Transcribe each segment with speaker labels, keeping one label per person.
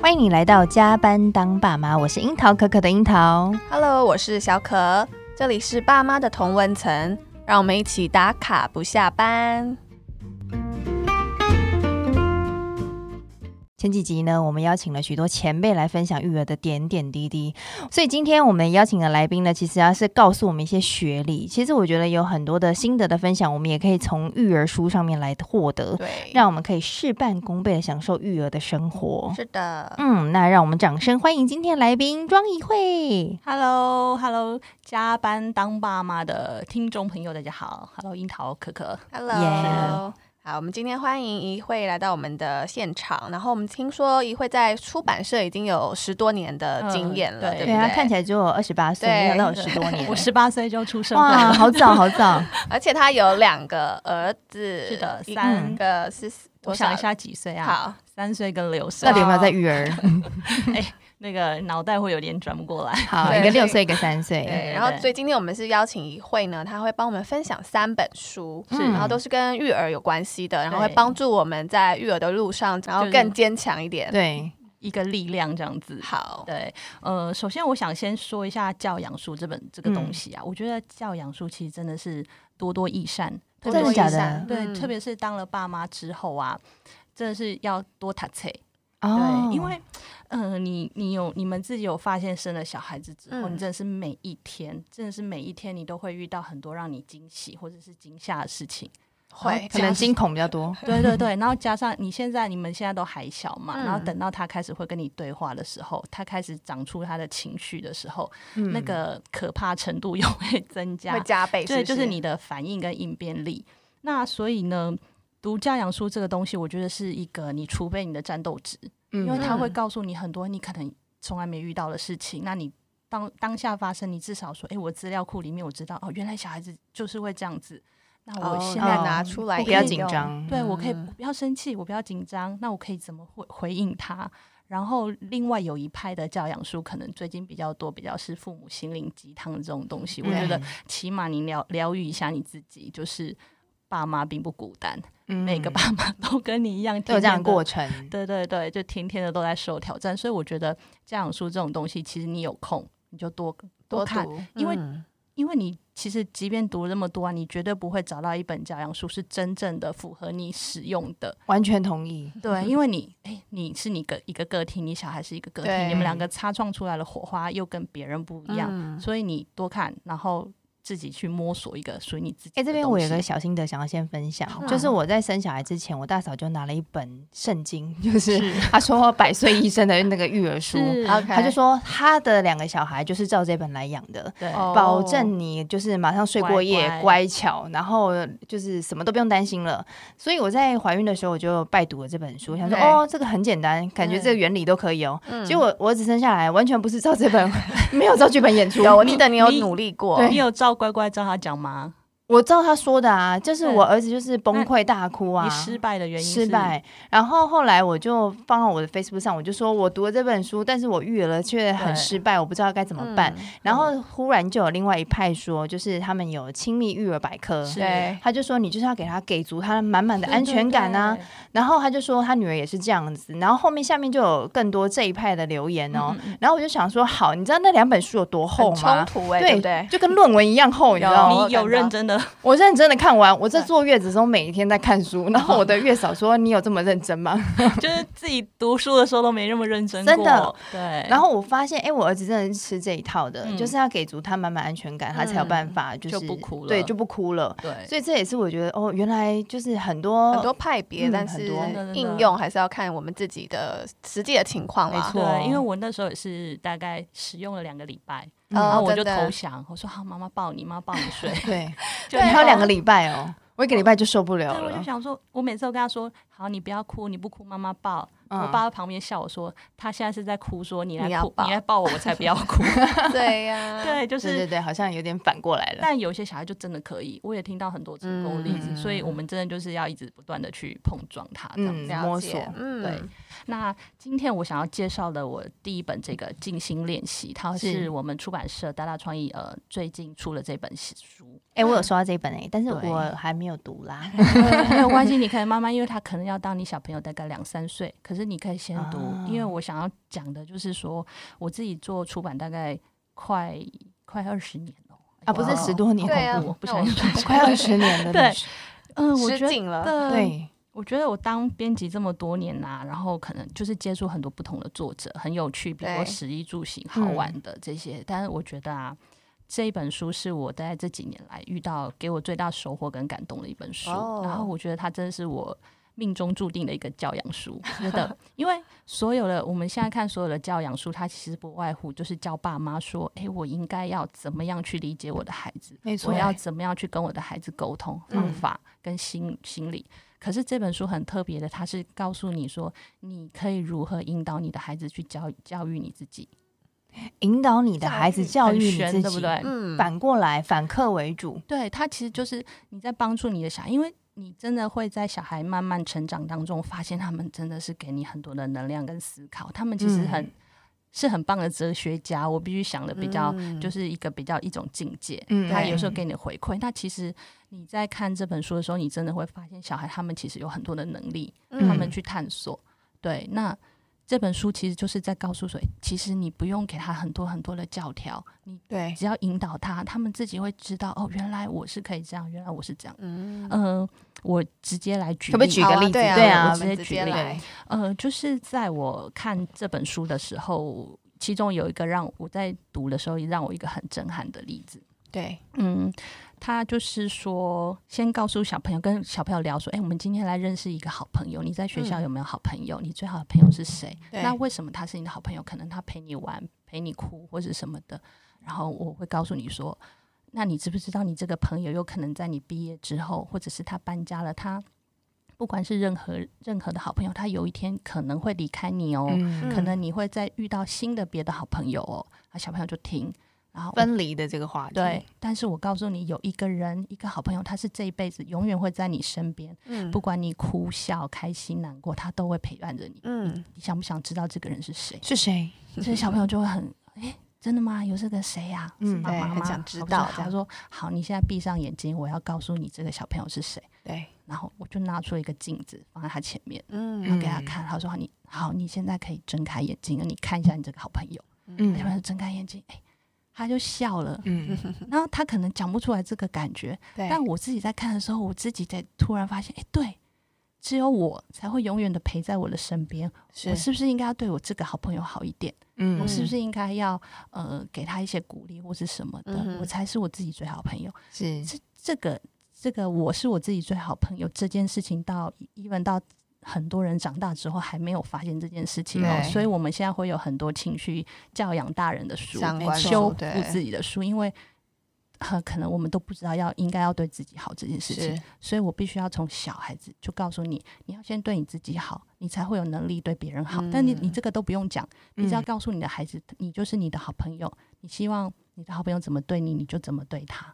Speaker 1: 欢迎你来到加班当爸妈，我是樱桃可可的樱桃。
Speaker 2: Hello，我是小可，这里是爸妈的同温层，让我们一起打卡不下班。
Speaker 1: 前几集呢，我们邀请了许多前辈来分享育儿的点点滴滴，所以今天我们邀请的来宾呢，其实他是告诉我们一些学理。其实我觉得有很多的心得的分享，我们也可以从育儿书上面来获
Speaker 3: 嗯
Speaker 1: 得，
Speaker 2: 对，
Speaker 1: 让我们可以事半功倍的享受育儿的生活。
Speaker 2: 是的。
Speaker 1: 嗯，那让我们掌声欢迎今天来宾庄怡慧。
Speaker 3: Hello，Hello，加班当爸妈的听众朋友，大家好。Hello，樱桃可可，
Speaker 2: Hello，、
Speaker 1: Yeah
Speaker 2: 好，我们今天欢迎一慧来到我们的现场。然后我们听说一慧在出版社已经有十多年的经验了，
Speaker 3: 嗯
Speaker 2: 对
Speaker 3: 对
Speaker 2: 不
Speaker 1: 对他看起
Speaker 2: 来，
Speaker 1: 来只有二十八岁，
Speaker 2: 对
Speaker 1: 没想到有十多年。
Speaker 3: 我十八岁就出生
Speaker 1: 哇，
Speaker 3: 了，
Speaker 1: 好早好早。
Speaker 2: 而且他有两个儿子，
Speaker 3: 是的
Speaker 2: 一
Speaker 3: 三
Speaker 2: 个是多
Speaker 3: 我
Speaker 2: 少
Speaker 3: 想一？下几岁啊？
Speaker 2: 好，
Speaker 3: 三岁跟六岁啊
Speaker 1: 到，底有没有在育儿？
Speaker 3: 那个脑袋会有点转不过来。
Speaker 1: 好，
Speaker 2: 对
Speaker 1: 一个六岁，一个三
Speaker 3: 对
Speaker 1: 岁。
Speaker 2: 对，然后所以今天我们是邀请一慧呢，她会帮我们分享三本书，
Speaker 1: 是
Speaker 2: 然后都是跟育儿有关系的，然后会
Speaker 3: 对
Speaker 2: 帮助我们在育儿的路上，然后
Speaker 3: 就是
Speaker 2: 更坚强一点。，
Speaker 1: 对，
Speaker 3: 一个力量这样子。
Speaker 2: 好，
Speaker 3: 对，呃，首先我想先说一下教养书这本这个东西
Speaker 1: 嗯
Speaker 3: 啊，我觉得教养书其实真的是多多益善，特
Speaker 1: 真
Speaker 3: 别
Speaker 1: 的
Speaker 3: 是
Speaker 1: 假
Speaker 2: 多多益善
Speaker 1: 的？
Speaker 3: 对，
Speaker 2: 嗯
Speaker 3: 特别是当了爸妈之后啊，真的是要多读册。
Speaker 1: 哦
Speaker 3: 对，因为，呃，你你有你们自己有发现生了小孩子之后，
Speaker 2: 嗯
Speaker 3: 你真的是每一天，真的是每一天，你都会遇到很多让你惊喜或者是惊吓的事情。
Speaker 2: 会
Speaker 1: 可能惊恐比较多。
Speaker 3: 对对对，然后加上你现在你们现在都还小嘛，然后
Speaker 2: 嗯
Speaker 3: 等到他开始会跟你对话的时候，他开始长出他的情绪的时候， 那个可怕程度又会增
Speaker 2: 嗯
Speaker 3: 加，
Speaker 2: 会加倍，
Speaker 3: 对，就是
Speaker 2: 不
Speaker 3: 你的反应跟应变力。那所以呢，读教养书这个东西，我觉得是一个你储备你的战斗值。
Speaker 1: 嗯，
Speaker 3: 因为他会
Speaker 2: 嗯
Speaker 3: 告诉你很多你可能从来没遇到的事情。那你当当下发生，你至少说，哎、我资料库里面我知道，哦，原来小孩子就是会这样子。那我
Speaker 2: 哦
Speaker 3: 现
Speaker 2: 那
Speaker 3: 在、
Speaker 1: 哦
Speaker 2: 拿出来
Speaker 3: 我
Speaker 2: 应
Speaker 1: 不
Speaker 2: 用，
Speaker 1: 要紧张。
Speaker 3: 对我可以
Speaker 2: 嗯
Speaker 3: 不要生气，我不要紧张，那我可以怎么回回应他？然后，另外有一派的教养书，可能最近比较多，比较是父母心灵鸡汤这种东西。我觉得
Speaker 1: 嗯
Speaker 3: 起码你疗疗愈一下你自己，就是爸妈并不孤单，
Speaker 1: 嗯
Speaker 3: 每个爸妈都跟你一样，
Speaker 1: 都有这样
Speaker 3: 天天
Speaker 1: 的
Speaker 3: 地
Speaker 1: 过程。
Speaker 3: 对对对，就天天的都在受挑战，所以我觉得教养书这种东西，其实你有空你就多
Speaker 2: 多
Speaker 3: 看，
Speaker 2: 读，
Speaker 3: 因为
Speaker 2: 嗯
Speaker 3: 因为你其实即便读这么多啊，你绝对不会找到一本教养书是真正的符合你使用 的。
Speaker 1: 完全同意。
Speaker 3: 对，因为你哎，你是你个一个个体，你小孩是一个个体，
Speaker 2: 对
Speaker 3: 你们两个擦撞出来的火花又跟别人不一样，
Speaker 2: 嗯
Speaker 3: 所以你多看，然后自己去摸索一个属于你自己的东西。啊
Speaker 1: 哎、这边我有个小心得想要先分享，
Speaker 3: 好
Speaker 1: 就是我在生小孩之前，我大嫂就拿了一本圣经，就是 她说百岁医生的那个育儿书，
Speaker 3: 是
Speaker 2: OK，
Speaker 1: 她就说她的两个小孩就是照这本来养的，
Speaker 3: 对。
Speaker 2: 哦
Speaker 1: 保证你就是马上睡过夜、
Speaker 3: 乖乖
Speaker 1: 巧，然后就是什么都不用担心了。所以我在怀孕的时候，我就拜读了这本书，想说
Speaker 2: 对
Speaker 1: 哦，这个很简单，感觉这个原理都可以哦。
Speaker 2: 嗯
Speaker 1: 结果我儿子生下来完全不是照这 本，没有照剧本演出。
Speaker 2: 有，我记得你有
Speaker 3: 你
Speaker 2: 努力过，
Speaker 3: 哦你有照乖乖照他讲吗？
Speaker 1: 我照他说的啊，就是
Speaker 3: 对
Speaker 1: 我儿子就是崩溃大哭啊
Speaker 3: 你。失败的原因
Speaker 1: 失
Speaker 3: 是
Speaker 1: 败，然后后来我就放到我的 Facebook 上，我就说我读了这本书，但是我育儿了却很
Speaker 3: 对
Speaker 1: 失败，我不知道该怎么办。
Speaker 2: 嗯？
Speaker 1: 然后忽然就有另外一派说，就是他们有亲密育儿百科，
Speaker 3: 是
Speaker 2: 对，
Speaker 1: 他就说你就是要给他给足他满满的安全感啊。
Speaker 3: 对对对
Speaker 1: 然后他就说他女儿也是这样子，然后后面下面就有更多这一派的留言
Speaker 3: 嗯
Speaker 1: 哦。然后我就想说，好，你知道那两本书有多厚
Speaker 2: 很冲
Speaker 1: 吗？
Speaker 2: 突哎，对不对？
Speaker 1: 就跟论文一样厚，你知道吗？
Speaker 2: 我
Speaker 3: 你有
Speaker 2: 感
Speaker 3: 认
Speaker 2: 到
Speaker 3: 真的，
Speaker 1: 我认真的看完，我这坐月子的时候每天在看 书，然后我的月嫂说：“你有这么认真吗
Speaker 3: 就是自己读书的时候都没那么认真过。
Speaker 1: 真的，
Speaker 3: 对。？”
Speaker 1: 然后我发现，哎、我儿子真的是吃这一套的，
Speaker 3: 嗯
Speaker 1: 就是要给足他满满安全感，他才有办法，就是
Speaker 3: 就不哭了
Speaker 1: 对，就不哭了。
Speaker 3: 对，
Speaker 1: 所以这也是我觉得哦，原来就是很多
Speaker 2: 很多派别，
Speaker 1: 嗯
Speaker 2: 但
Speaker 1: 很
Speaker 2: 是
Speaker 1: 多真
Speaker 3: 的真的
Speaker 2: 应用还是要看我们自己的实际的情况
Speaker 1: 没
Speaker 2: 啦。哦
Speaker 1: 错
Speaker 3: 对，因为我那时候也是大概使用了两个礼拜，
Speaker 1: 嗯
Speaker 2: 哦
Speaker 3: 然后我就
Speaker 2: 真的
Speaker 3: 投降，我说好，妈妈抱你，妈妈抱你 睡。
Speaker 1: 对，
Speaker 3: 就
Speaker 2: 对
Speaker 1: 你
Speaker 2: 啊
Speaker 1: 还有两个礼拜哦，我一个礼拜就受不了
Speaker 3: 对，我就
Speaker 1: 了。
Speaker 3: 想说，我每次都跟他说，好，你不要哭，你不哭，妈妈抱。
Speaker 1: 嗯
Speaker 3: 我爸在旁边笑我说，他现在是在哭，说你来
Speaker 2: 你要
Speaker 3: 哭，
Speaker 2: 抱
Speaker 3: 你来抱我，我才不要 哭。
Speaker 2: 对 呀，
Speaker 3: 对，就
Speaker 1: 对
Speaker 3: 是
Speaker 1: 对对，好像有点反过来了。
Speaker 3: 但有些小孩就真的可以，我也听到很多成功例子，
Speaker 1: 嗯
Speaker 3: 所以我们真的就是要一直不断的去碰撞它这样子。
Speaker 1: 嗯摸
Speaker 2: 了
Speaker 1: 索
Speaker 2: 解，嗯，
Speaker 3: 对那今天我想要介绍的我第一本这个静心练习，它
Speaker 1: 是
Speaker 3: 是我们出版社大大创意呃最近出了这本书。
Speaker 1: 哎、我有收到这一本哎、但是
Speaker 3: 对
Speaker 1: 我还没有读啦。
Speaker 3: 哦 没有关系，你可以慢慢，因为他可能要到你小朋友大概两三岁，可是你可以先读，
Speaker 1: 啊
Speaker 3: 因为我想要讲的就是说，我自己做出版大概快快二十年了
Speaker 1: 啊，不是
Speaker 3: 哇
Speaker 1: 十多年，
Speaker 2: 对啊
Speaker 3: 我不
Speaker 2: 那
Speaker 3: 想
Speaker 2: 我
Speaker 3: 说
Speaker 1: 快二十年了。
Speaker 3: 对
Speaker 1: 老师，
Speaker 3: 嗯，我觉
Speaker 2: 失
Speaker 3: 得
Speaker 2: 敬了。
Speaker 1: 对，
Speaker 3: 我觉得我当编辑这么多年呐、然后可能就是接触很多不同的作者，很有趣，比如说
Speaker 2: 对嗯
Speaker 3: 食衣住行、好玩的这些。但是我觉得啊，这一本书是我在这几年来遇到给我最大收获跟感动的一本书。
Speaker 2: 哦
Speaker 3: 然后我觉得它真的是我命中注定的一个教养书，真的。因为所有的我们现在看所有的教养书，它其实不外乎就是教爸妈说：“诶，我应该要怎么样去理解我的孩子。”
Speaker 1: 没错
Speaker 3: 我。要怎么样去跟我的孩子沟通
Speaker 1: 嗯
Speaker 3: 方法跟心、心理。可是这本书很特别的，它是告诉你说，你可以如何引导你的孩子去教教育你自己，
Speaker 1: 引导你的孩子教育
Speaker 3: 很
Speaker 1: 你
Speaker 3: 玄
Speaker 1: 自己，
Speaker 3: 对不对？
Speaker 2: 嗯，
Speaker 1: 反过来反客为主，
Speaker 3: 对，它其实就是你在帮助你的小孩，因为你真的会在小孩慢慢成长当中，发现他们真的是给你很多的能量跟思考，他们其实很、
Speaker 1: 嗯
Speaker 3: 是很棒的哲学家。我必须想的比较、
Speaker 2: 嗯
Speaker 3: 就是一个比较一种境界，
Speaker 1: 嗯
Speaker 3: 他
Speaker 2: 对
Speaker 3: 有时候给你的回馈。那其实你在看这本书的时候，你真的会发现小孩他们其实有很多的能力，他
Speaker 1: 嗯
Speaker 3: 们去探索。对，那这本书其实就是在告诉说，诶其实你不用给他很多很多的教条，你
Speaker 2: 对，
Speaker 3: 只要引导他，他们自己会知道哦，原来我是可以这样，原来我是这样。
Speaker 2: 嗯
Speaker 3: 嗯、我直接来举
Speaker 1: 可不可以
Speaker 3: 例
Speaker 1: 举个
Speaker 2: 好啊
Speaker 1: 例子？
Speaker 2: 对啊
Speaker 3: 我
Speaker 1: 啊
Speaker 3: 直，接
Speaker 2: 直
Speaker 3: 举
Speaker 2: 接
Speaker 3: 例
Speaker 2: 来，
Speaker 3: 呃，就是在我看这本书的时候，其中有一个让我在读的时候让我一个很震撼的例子。
Speaker 2: 对，
Speaker 3: 嗯，他就是说，先告诉小朋友，跟小朋友聊说，哎、我们今天来认识一个好朋友。你在学校
Speaker 2: 嗯
Speaker 3: 有没有好朋友？你最好的朋友是谁？
Speaker 2: 对
Speaker 3: 那为什么他是你的好朋友？可能他陪你玩、陪你哭或者什么的。然后我会告诉你说，那你知不知道你这个朋友有可能在你毕业之后，或者是他搬家了，他不管是任何任何的好朋友，他有一天可能会离开你哦，
Speaker 1: 嗯，
Speaker 3: 可能你会再遇到新的别的好朋友哦。啊，小朋友就听，然后我
Speaker 1: 分离的这个话题，
Speaker 3: 对，，
Speaker 2: 嗯
Speaker 3: 但是我告诉你，有一个人，一个好朋友，他是这一辈子永远会在你身边，
Speaker 2: 嗯
Speaker 3: 不管你哭笑、开心、难过，他都会陪伴着你。
Speaker 2: 嗯，
Speaker 3: 你想不想知道这个人 是谁？
Speaker 1: 是谁？
Speaker 3: 所以小朋友就会很，哎、真的吗？有这个谁呀、是
Speaker 1: 嗯
Speaker 3: 妈
Speaker 2: 对
Speaker 3: 妈
Speaker 2: 很
Speaker 3: 吗
Speaker 2: 想知
Speaker 3: 我说
Speaker 2: 道这
Speaker 3: 好
Speaker 2: 样
Speaker 3: 他说好，你现在闭上眼睛，我要告诉你这个小朋友是谁。
Speaker 2: 对，
Speaker 3: 然后我就拿出一个镜子放在他前面，然
Speaker 2: 嗯
Speaker 3: 后给他
Speaker 1: 嗯
Speaker 3: 看。他说好你好，你现在可以睁开眼睛了，你看一下你这个好朋友。
Speaker 1: 嗯
Speaker 3: 小朋友睁开眼睛，哎、他就笑了。
Speaker 1: 嗯，
Speaker 3: 然后他可能讲不出来这个感觉，
Speaker 2: 对，
Speaker 3: 但我自己在看的时候，我自己在突然发现，哎，对，只有我才会永远的陪在我的身边。我是不是应该要对我这个好朋友好一点？
Speaker 1: 嗯
Speaker 3: 我是不是应该要呃给他一些鼓励或是什么的？
Speaker 2: 嗯哼
Speaker 3: 我才是我自己最好的朋友。
Speaker 1: 是
Speaker 3: 这这个这个我是我自己最好朋友这件事情到 even 到很多人长大之后还没有发现这件事情哦，
Speaker 2: 对
Speaker 3: 所以我们现在会有很多情绪教养大人的书，
Speaker 2: 相关
Speaker 1: 书
Speaker 3: 修复
Speaker 2: 对
Speaker 3: 自己的书，因为。很可能我们都不知道要应该要对自己好这件事情
Speaker 2: 是，
Speaker 3: 所以我必须要从小孩子就告诉你，你要先对你自己好，你才会有能力对别人好。但你你
Speaker 2: 嗯
Speaker 3: 这个都不用讲，你只要
Speaker 1: 嗯
Speaker 3: 告诉你的孩子，你就是你的好朋友，你希望你的好朋友怎么对你，你就怎么对他。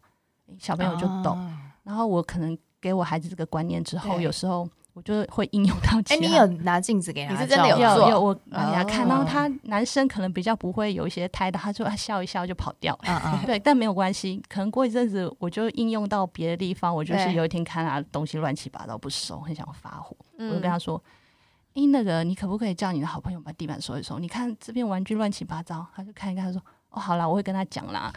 Speaker 3: 诶小朋友就懂。
Speaker 1: 啊
Speaker 3: 然后我可能给我孩子这个观念之后，
Speaker 2: 对
Speaker 3: 有时候我就会应用到其
Speaker 1: 哎，
Speaker 3: 他。
Speaker 1: 你有拿镜子给他
Speaker 2: 你
Speaker 1: 照吗？
Speaker 2: 是真的有做
Speaker 3: 有有我拿给他哎看，然后
Speaker 1: 哦
Speaker 3: 他男生可能比较不会有一些态度，他就啊笑一笑就跑掉。
Speaker 1: 嗯嗯，
Speaker 3: 对，但没有关系，可能过一阵子我就应用到别的地方，我就是
Speaker 2: 对
Speaker 3: 有一天看他东西乱七八糟不收，很想发火，
Speaker 2: 嗯
Speaker 3: 我就跟他说：“诶，那个你可不可以叫你的好朋友把地板收一收？你看这边玩具乱七八糟。”他就看一看，他说：“哦，好啦，我会跟他讲啦。”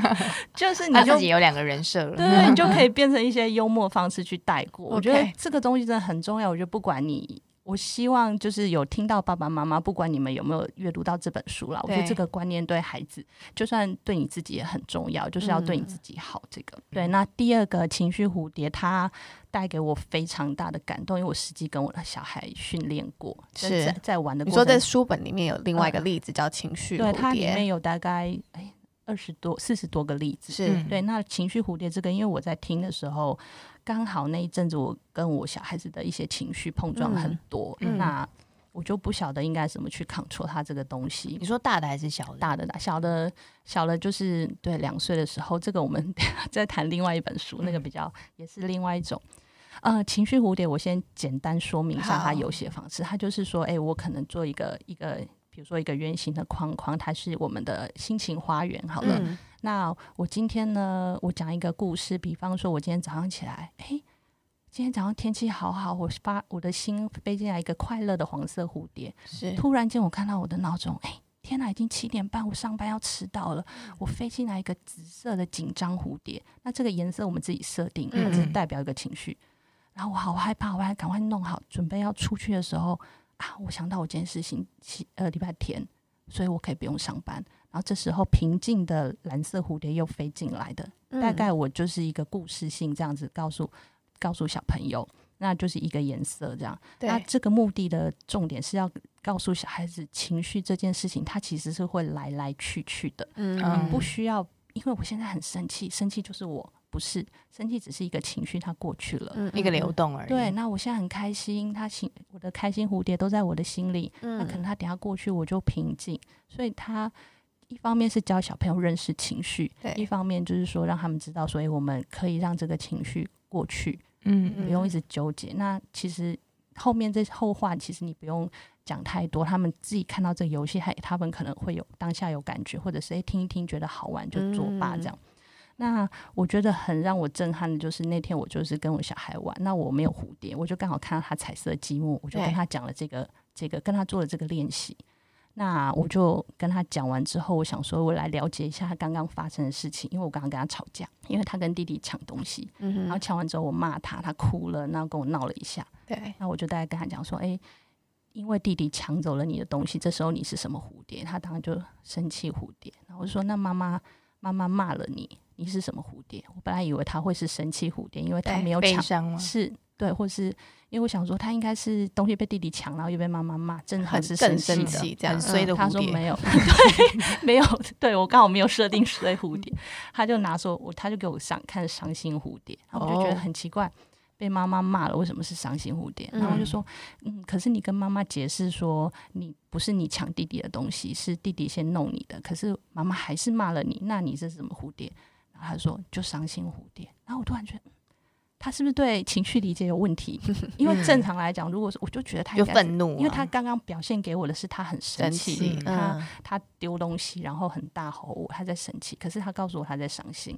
Speaker 3: 就是 你
Speaker 1: 他
Speaker 3: 就
Speaker 1: 自己有两个人设 了，
Speaker 3: 对，你就可以变成一些幽默方式去带过。我觉得
Speaker 2: OK
Speaker 3: 这个东西真的很重要。我觉得不管你，我希望就是有听到爸爸妈妈，不管你们有没有阅读到这本书啦，我觉得
Speaker 2: 对
Speaker 3: 这个观念对孩子，就算对你自己也很重要，就是要对你自己好。这
Speaker 2: 嗯
Speaker 3: 个、对。那第二个情绪蝴蝶，它带给我非常大的感动，因为我实际跟我的小孩训练过，就是在在玩的
Speaker 2: 你
Speaker 3: 过
Speaker 2: 说
Speaker 3: 程
Speaker 2: 在
Speaker 3: 中，
Speaker 2: 书本里面有另外一个
Speaker 3: 嗯
Speaker 2: 例子叫情绪
Speaker 3: 对它
Speaker 2: 蝴
Speaker 3: 里面
Speaker 2: 蝶，
Speaker 3: 有大概哎二十多四十多个例子，
Speaker 2: 是
Speaker 1: 嗯
Speaker 3: 对，那情绪蝴蝶这个，因为我在听的时候，刚好那一阵子我跟我小孩子的一些情绪碰撞很多，
Speaker 1: 嗯嗯
Speaker 3: 那我就不晓得应该怎么去 control 他这个东西
Speaker 1: 你。说大的还是小的？
Speaker 3: 大的啦，小的小的就是对两岁的时候，这个我们 在谈另外一本书，
Speaker 1: 嗯
Speaker 3: 那个比较也是另外一种。呃，情绪蝴蝶，我先简单说明一下它
Speaker 2: 好
Speaker 3: 游戏的方式。它就是说，哎、我可能做一个一个，比如说一个圆形的框框，它是我们的心情花园好了。
Speaker 2: 嗯
Speaker 3: 那我今天呢，我讲一个故事，比方说，我今天早上起来，诶，今天早上天气好好，我发我的心飞进来一个快乐的黄色蝴蝶，
Speaker 2: 是
Speaker 3: 突然间我看到我的闹钟，诶，天哪，已经七点半，我上班要迟到了，我飞进来一个紫色的紧张蝴蝶，那这个颜色我们自己设定，
Speaker 2: 嗯
Speaker 3: 它只代表一个情绪。然后我好害怕，我还赶快弄好，准备要出去的时候啊，我想到我今天是星期呃礼拜天，所以我可以不用上班。然后这时候平静的蓝色蝴蝶又飞进来的，
Speaker 2: 嗯
Speaker 3: 大概我就是一个故事性这样子告诉告诉小朋友，那就是一个颜色这样。那
Speaker 2: 对
Speaker 3: 这个目的的重点是要告诉小孩子，情绪这件事情，它其实是会来来去去的，
Speaker 1: 嗯
Speaker 3: 不需要，因为我现在很生气，生气就是我，不是生气，只是一个情绪，它过去
Speaker 2: 嗯
Speaker 3: 了。
Speaker 1: 一个流动而已。
Speaker 3: 嗯对，，那我现在很开心，它心我的开心蝴蝶都在我的心里，那
Speaker 2: 嗯
Speaker 3: 可能他等一下过去我就平静，所以他一方面是教小朋友认识情绪，
Speaker 2: 对
Speaker 3: 一方面就是说让他们知道，所以我们可以让这个情绪过去，
Speaker 1: 嗯
Speaker 3: 不用一直纠结。那其实后面这后话，其实你不用讲太多，他们自己看到这个游戏，还他们可能会有当下有感觉，或者是诶听一听觉得好玩就作罢
Speaker 1: 嗯
Speaker 3: 这样。那我觉得很让我震撼的就是那天我就是跟我小孩玩，那我没有蝴蝶，我就刚好看到他彩色积木，我就
Speaker 2: 对
Speaker 3: 跟他讲了这个这个，跟他做了这个练习。那我就跟他讲完之后，我想说，我来了解一下他刚刚发生的事情，因为我刚刚跟他吵架，因为他跟弟弟抢东西，
Speaker 2: 嗯
Speaker 3: 然后
Speaker 2: 哼，
Speaker 3: 抢完之后我骂他，他哭了，然后跟我闹了一下，
Speaker 2: 对，
Speaker 3: 那我就大概跟他讲说，哎、因为弟弟抢走了你的东西，这时候你是什么蝴蝶？他当然就生气蝴蝶。然后我就说，那妈妈妈妈骂了你，你是什么蝴蝶？我本来以为他会是生气蝴蝶，因为他
Speaker 2: 对
Speaker 3: 没有
Speaker 1: 悲
Speaker 3: 抢，
Speaker 1: 伤吗？
Speaker 3: 是对，或是因为我想说他应该是东西被弟弟抢，然后又被妈妈骂，正常
Speaker 2: 很
Speaker 3: 是
Speaker 2: 更
Speaker 3: 气
Speaker 2: 生
Speaker 3: 的。
Speaker 2: 气这样
Speaker 1: 很，衰的
Speaker 3: 嗯他
Speaker 1: 蝴
Speaker 3: 说
Speaker 1: 蝶
Speaker 3: 没有，对，没有，对我刚好没有设定水蝴 蝶，他就拿说，我他就给我上看伤心蝴蝶，然后我就觉得
Speaker 1: 哦
Speaker 3: 很奇怪，被妈妈骂了，为什么是伤心蝴蝶？然后我就说，嗯，可是你跟妈妈解释说，你不是你抢弟弟的东西，是弟弟先弄你的，可是妈妈还是骂了你，那你这是什么蝴蝶？然后他说就伤心蝴蝶，然后我突然觉得。嗯他是不是对情绪理解有问题？ 因为正常来讲，如果是我就觉得他
Speaker 1: 就
Speaker 3: 应该是
Speaker 1: 嗯愤怒啊，
Speaker 3: 因为他刚刚表现给我的是他很生
Speaker 2: 生
Speaker 3: 气，
Speaker 2: 气
Speaker 1: 嗯，
Speaker 3: 他
Speaker 2: 嗯
Speaker 3: 他丢东西，然后很大吼我，他在生气，可是他告诉我他在伤心，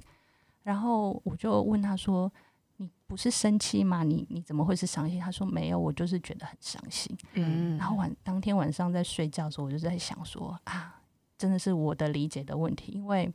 Speaker 3: 然后我就问他说：“你不是生气吗？你你怎么会是伤心？”他说：“没有，我就是觉得很伤心。”
Speaker 1: 嗯，
Speaker 3: 然后晚当天晚上在睡觉的时候，我就在想说啊，真的是我的理解的问题，因为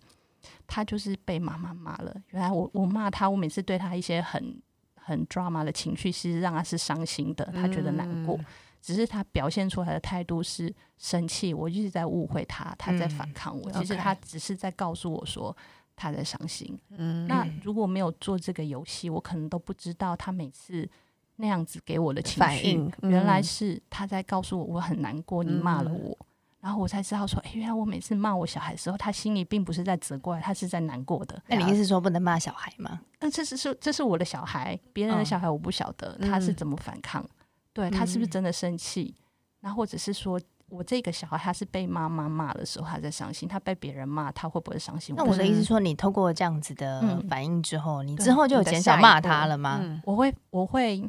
Speaker 3: 他就是被妈妈骂了。原来我我骂他，我每次对他一些很很 drama 的情绪，是让他是伤心的，他觉得难
Speaker 2: 嗯
Speaker 3: 过。只是他表现出来的态度是生气，我一直在误会他，他在反
Speaker 1: 嗯
Speaker 3: 抗我。
Speaker 1: OK
Speaker 3: 其实他只是在告诉我说他在伤心。
Speaker 2: 嗯
Speaker 3: 那如果没有做这个游戏，我可能都不知道他每次那样子给我的情
Speaker 2: 反
Speaker 3: 绪
Speaker 2: 应
Speaker 3: 原来
Speaker 2: 嗯
Speaker 3: 是他在告诉我我很难过，你骂了
Speaker 2: 嗯
Speaker 3: 我，然后我才知道说，哎、原来我每次骂我小孩的时候，他心里并不是在责怪，他是在难过的。
Speaker 1: 那你意思说不能骂小孩吗？
Speaker 3: 那这是是这是我的小孩，别人的
Speaker 1: 嗯
Speaker 3: 小孩我不晓得他是
Speaker 2: 嗯
Speaker 3: 怎么反抗，对他是不是
Speaker 1: 嗯
Speaker 3: 真的生气，那或者是说。我这个小孩，他是被妈妈骂的时候，他在伤心；他被别人骂，他会不会伤心？
Speaker 1: 那
Speaker 3: 不
Speaker 1: 我的意思
Speaker 2: 嗯
Speaker 1: 说，你透过这样子的
Speaker 3: 嗯
Speaker 1: 反应之后，你
Speaker 3: 对
Speaker 1: 之后就有
Speaker 3: 你的
Speaker 1: 减少
Speaker 3: 下一
Speaker 1: 骂
Speaker 3: 步
Speaker 1: 他了吗？
Speaker 2: 嗯
Speaker 3: 我会我会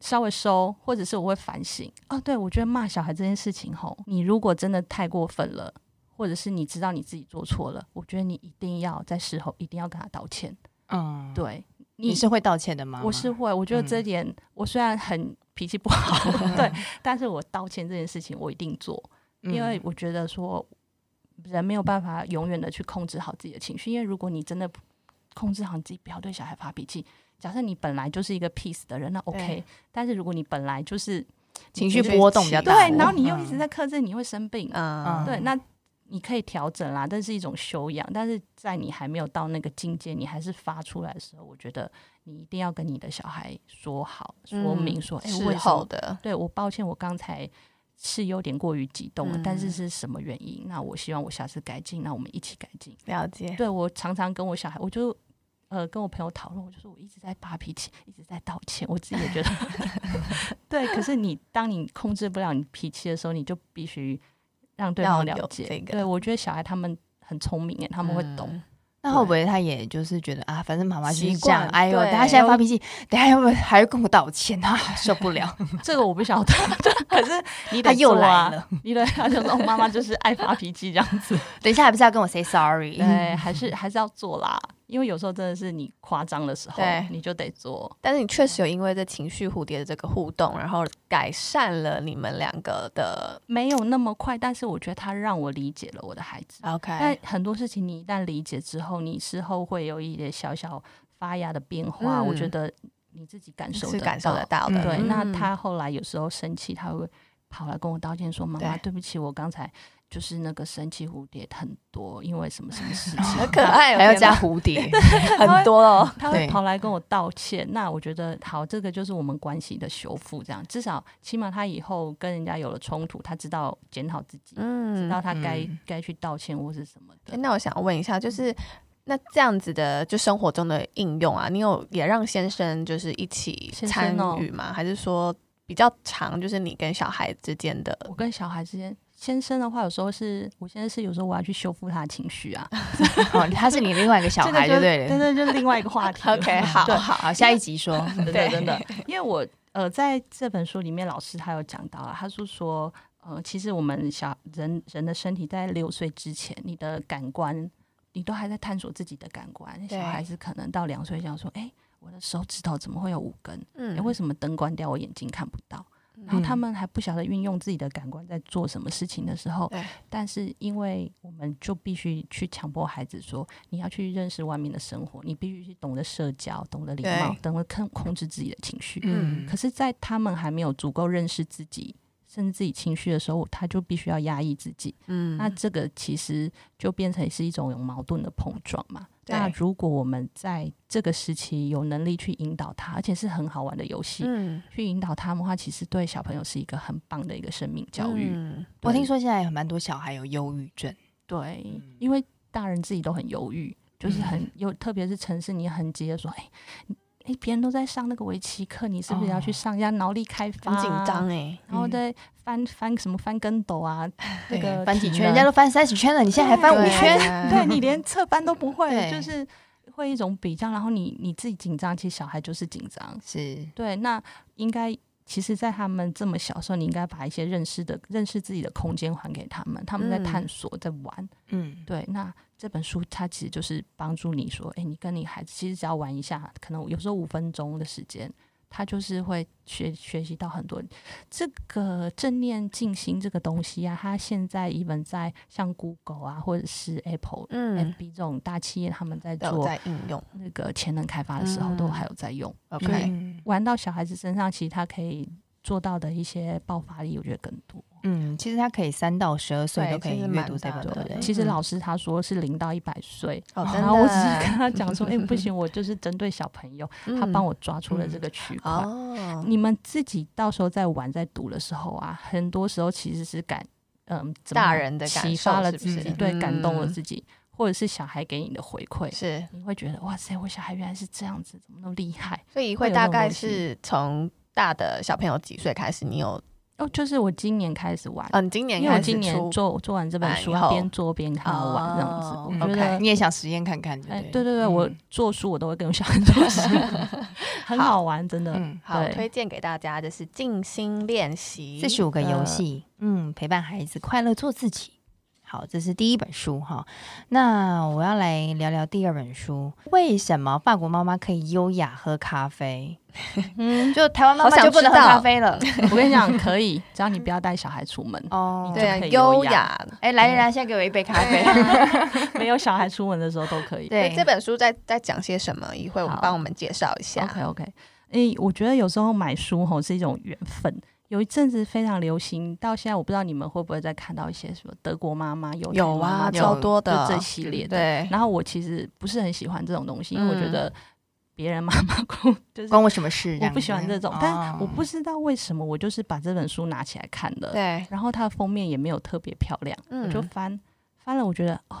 Speaker 3: 稍微收，或者是我会反省。哦，对，我觉得骂小孩这件事情吼，你如果真的太过分了，或者是你知道你自己做错了，我觉得你一定要在事后一定要跟他道歉。
Speaker 1: 嗯，，
Speaker 3: 对，
Speaker 1: 你是会道歉的吗？
Speaker 3: 我是会，我觉得这
Speaker 1: 嗯
Speaker 3: 点、我虽然很脾气不好，对，但是我道歉这件事情我一定做，
Speaker 1: 嗯
Speaker 3: 因为我觉得说人没有办法永远的去控制好自己的情绪，因为如果你真的控制好你自己，不要对小孩发脾气。假设你本来就是一个 peace 的人，那 OK，但是如果你本来就是
Speaker 1: 情
Speaker 2: 绪
Speaker 1: 绪
Speaker 2: 波
Speaker 1: 波动比
Speaker 2: 动比
Speaker 1: 较
Speaker 2: 较
Speaker 1: 大
Speaker 2: 大，
Speaker 3: 对，
Speaker 2: 我
Speaker 3: 然后你又一直
Speaker 1: 嗯
Speaker 3: 在克制，你会生病。
Speaker 2: 嗯
Speaker 3: 对，那你可以调整啦，但是一种修养。但是在你还没有到那个境界，你还是发出来的时候，我觉得你一定要跟你的小孩说好、说明说，哎、
Speaker 2: 嗯事
Speaker 3: 为什
Speaker 2: 后
Speaker 3: 么？
Speaker 2: 的
Speaker 3: 对我抱歉，我刚才是有点过于激动了，但是
Speaker 2: 嗯
Speaker 3: 是什么原因？那我希望我下次改进，那我们一起改进。
Speaker 2: 了解，
Speaker 3: 对我常常跟我小孩，我就呃跟我朋友讨论，我就说我一直在发脾气，一直在道歉，我自己也觉得 对。可是你当你控制不了你脾气的时候，你就必须让对
Speaker 2: 要
Speaker 3: 方
Speaker 2: 有
Speaker 3: 了解。
Speaker 2: 这个
Speaker 3: 欸对我觉得小孩他们很聪明耶，他们会懂。
Speaker 2: 嗯
Speaker 1: 那会不会他也就是觉得啊，反正妈妈就是
Speaker 3: 习
Speaker 1: 这样，
Speaker 3: 惯
Speaker 1: 哎呦，
Speaker 2: 对
Speaker 1: 等下现在发脾气，等下要不还要跟我道歉 啊，受不了，
Speaker 3: 这个我不晓得， 可是你
Speaker 1: 他
Speaker 3: 得
Speaker 1: 又
Speaker 3: 做 啊
Speaker 1: 来了，
Speaker 3: 你得他就说哦妈妈就是爱发脾气 这样子，
Speaker 1: 等一下还不是要跟我 say sorry？
Speaker 3: 对，哎还是还是要做啦，因为有时候真的是你夸张的时候
Speaker 2: 对，
Speaker 3: 你就得做，
Speaker 2: 但是你确实有因为这情绪蝴蝶的这个互动，然后改善了你们两个的
Speaker 3: 没有那么快，但是我觉得他让我理解了我的孩子，但
Speaker 2: OK，
Speaker 3: 很多事情你一旦理解之后，你事后会有一点小小发芽的变化，
Speaker 2: 嗯
Speaker 3: 我觉得你自己感受
Speaker 2: 是
Speaker 3: 得
Speaker 2: 感受
Speaker 3: 到
Speaker 2: 得到的。
Speaker 1: 嗯
Speaker 3: 对，那
Speaker 2: 嗯
Speaker 3: 他后来有时候生气，他会跑来跟我道歉说：“妈妈，
Speaker 2: 对
Speaker 3: 对不起，我刚才就是那个生气蝴蝶很多，因为什么什么 事情。”
Speaker 2: 好可爱 哦，
Speaker 1: 还要
Speaker 2: 天哪
Speaker 1: 加蝴蝶，
Speaker 2: 很多哦。
Speaker 3: 他会
Speaker 1: 对
Speaker 3: 跑来跟我道歉，那我觉得好，这个就是我们关系的修复，这样至少起码他以后跟人家有了冲突，他知道检讨自己，知
Speaker 2: 嗯
Speaker 3: 道他该
Speaker 1: 嗯
Speaker 3: 该去道歉或是什么
Speaker 2: 诶
Speaker 3: 的。
Speaker 2: 那我想问一下，就是那这样子的就生活中的应用啊，你有也让先生就是一起
Speaker 3: 先
Speaker 2: 参
Speaker 3: 生哦
Speaker 2: 与吗？还是说比较长，就是你跟小孩之间的？
Speaker 3: 我跟小孩之间，先生的话，有时候是我现在是有时候我要去修复他的情绪啊，
Speaker 1: 哦，他是你另外一个小
Speaker 3: 这个
Speaker 1: 孩，对
Speaker 3: 就
Speaker 1: 不对
Speaker 3: 对
Speaker 1: 了？
Speaker 3: 对，就是另外一个话题了。
Speaker 2: OK，好
Speaker 3: 对
Speaker 1: 好，下一集 说，
Speaker 3: 真的真的，因为我呃，在这本书里面，老师他有讲到啊，他是说呃，其实我们小人人的身体在六岁之前，你的感官你都还在探索自己的感官，
Speaker 2: 对
Speaker 3: 小孩子可能到两岁想说，哎、我的手指头怎么会有五根？哎、
Speaker 2: 嗯
Speaker 3: 为什么灯关掉我眼睛看不到？然后他们还不晓得运用自己的感官在做什么事情的时候，
Speaker 2: 对
Speaker 3: 但是因为我们就必须去强迫孩子说，你要去认识外面的生活，你必须去懂得社交，懂得礼貌
Speaker 2: 对，
Speaker 3: 懂得控控制自己的情绪。
Speaker 1: 嗯
Speaker 3: 可，是，在他们还没有足够认识自己，甚至自己情绪的时候，他就必须要压抑自己。
Speaker 2: 嗯
Speaker 3: 那这个其实就变成是一种有矛盾的碰撞嘛。
Speaker 2: 对
Speaker 3: 那如果我们在这个时期有能力去引导他，而且是很好玩的游戏，
Speaker 2: 嗯
Speaker 3: 去引导他们的话，其实对小朋友是一个很棒的一个生命教育。
Speaker 2: 嗯
Speaker 1: 我听
Speaker 3: 说。
Speaker 1: 说现在有蛮多小孩有忧郁症，
Speaker 3: 对，因为大人自己都很犹豫，就是
Speaker 1: 嗯
Speaker 3: 很有，特别是城市，你很急着说，哎、哎、别人都在上那个围棋课，你是不是也要去
Speaker 1: 哦
Speaker 3: 上一下脑力开发、啊
Speaker 2: 很紧张，哎，
Speaker 1: 嗯
Speaker 3: 然后再翻翻什么翻跟 斗啊，那个
Speaker 1: 翻几
Speaker 3: 体
Speaker 1: 圈，人
Speaker 3: 能
Speaker 1: 家都翻三十圈了，你现在还翻五
Speaker 2: 对
Speaker 1: 圈，
Speaker 3: 对 你连侧翻都不
Speaker 1: 对
Speaker 3: 会，就是会一种比较，然后你你自己紧张，其实小孩就是紧张，
Speaker 1: 是
Speaker 3: 对，那应该其实，在他们这么小的时候，你应该把一些认识的、认识自己的空间还给他们，他们在
Speaker 2: 嗯
Speaker 3: 探索，在玩。
Speaker 1: 嗯，
Speaker 3: 对，那这本书它其实就是帮助你说，哎，你跟你孩子其实只要玩一下，可能有时候五分钟的时间，他就是会学学习到很多这个正念静心这个东西啊。它现在 even 在像 Google 啊，或者是 Apple、
Speaker 2: 嗯
Speaker 3: FB 这种大企业，他们在
Speaker 2: 都有
Speaker 3: 做
Speaker 2: 在应用
Speaker 3: 那个潜能开发的时候，都
Speaker 2: 嗯
Speaker 3: 还有在用。
Speaker 2: ，OK，
Speaker 1: 嗯
Speaker 3: 玩到小孩子身上，其实他可以做到的一些爆发力，我觉得更多。
Speaker 1: 嗯，其实他可以三到十二岁
Speaker 2: 对
Speaker 1: 都可
Speaker 2: 其
Speaker 1: 以
Speaker 2: 实
Speaker 1: 阅
Speaker 2: 蛮
Speaker 1: 读这
Speaker 2: 大
Speaker 1: 本
Speaker 2: 的
Speaker 1: 书，对不对
Speaker 3: 其实
Speaker 2: 嗯
Speaker 3: 老师他说是零到一百岁，
Speaker 2: 哦，真
Speaker 3: 然
Speaker 2: 的，
Speaker 3: 后我只是跟他 讲说，哎、不行，我就是针对小朋友，他帮
Speaker 2: 我
Speaker 3: 我抓出了这个区块。
Speaker 2: 嗯哦，
Speaker 3: 你们自己到时候在玩、在读的时候啊，很多时候其实是感，嗯，怎么
Speaker 2: 大
Speaker 3: 讲
Speaker 2: 人的感
Speaker 3: 启
Speaker 2: 受
Speaker 3: 发了
Speaker 2: 是不
Speaker 3: 自己，
Speaker 2: 是
Speaker 3: 对，感动了
Speaker 2: 嗯
Speaker 3: 自己，或者是小孩给你的回馈，
Speaker 2: 是，
Speaker 3: 你会觉得哇塞，我小孩原来是这样子，怎么那么厉害？
Speaker 2: 所以
Speaker 3: 会
Speaker 2: 会
Speaker 3: 有
Speaker 2: 大
Speaker 3: 那种
Speaker 2: 概
Speaker 3: 东西
Speaker 2: 是从大的小朋友几岁开始，你有
Speaker 3: 哦，就是我今年开始玩。
Speaker 2: 嗯，今年
Speaker 3: 因为我
Speaker 2: 开始
Speaker 3: 今
Speaker 2: 出
Speaker 3: 年做做完这本
Speaker 2: 版
Speaker 3: 书，
Speaker 2: 以
Speaker 3: 要
Speaker 2: 后
Speaker 3: 边做边看我玩这样子，
Speaker 2: 哦
Speaker 3: 我觉得
Speaker 2: OK
Speaker 1: 嗯你也想实验看看，
Speaker 3: 哎，
Speaker 1: 对
Speaker 3: 对对对，
Speaker 1: 嗯
Speaker 3: 我做书我都会跟我小孩做书， 很好玩，真的。
Speaker 1: 嗯，
Speaker 2: 好
Speaker 3: 对
Speaker 2: 推荐给大家，就是静心练习。
Speaker 1: 四十五个游戏，嗯，陪伴孩子快乐做自己。好，这是第一本书哈。那我要来聊聊第二本书，为什么法国妈妈可以优雅喝咖 啡？
Speaker 3: 嗯，
Speaker 1: 就台湾妈
Speaker 2: 好
Speaker 1: 妈
Speaker 2: 想
Speaker 1: 就不能喝
Speaker 2: 知道
Speaker 1: 咖啡 了
Speaker 3: 我跟你讲，可以，只要你不要带小孩出门，
Speaker 1: 哦。
Speaker 2: 对啊
Speaker 3: 就可以
Speaker 2: 优
Speaker 3: 优
Speaker 2: 雅
Speaker 3: 雅。
Speaker 1: 哎，来来来，现在给我一杯咖啡。
Speaker 3: 啊没有小孩出门的时候都可以。
Speaker 2: 所
Speaker 1: 对
Speaker 2: 以这本书在在讲些什么？一会我们
Speaker 3: 好
Speaker 2: 帮我们介绍一下。
Speaker 3: ，OK OK。诶、我觉得有时候买书吼是一种缘分。有一阵子非常流行，到现在我不知道你们会不会再看到一些什么德国妈妈、犹太
Speaker 2: 有
Speaker 3: 妈妈
Speaker 2: 啊，
Speaker 3: 就
Speaker 2: 超多的
Speaker 3: 这系列的。
Speaker 2: 对，
Speaker 3: 然后我其实不是很喜欢这种东西，因为我觉
Speaker 2: 嗯
Speaker 3: 得别人妈妈 哭就是
Speaker 1: 关我什么事？
Speaker 3: 我不喜欢这种，
Speaker 2: 哦
Speaker 3: 但我不
Speaker 1: 是
Speaker 3: 知道为什么，我就是把这本书拿起来看了，
Speaker 2: 对，
Speaker 3: 然后它的封面也没有特别漂亮，
Speaker 2: 嗯
Speaker 3: 我就翻翻了，我觉得哦，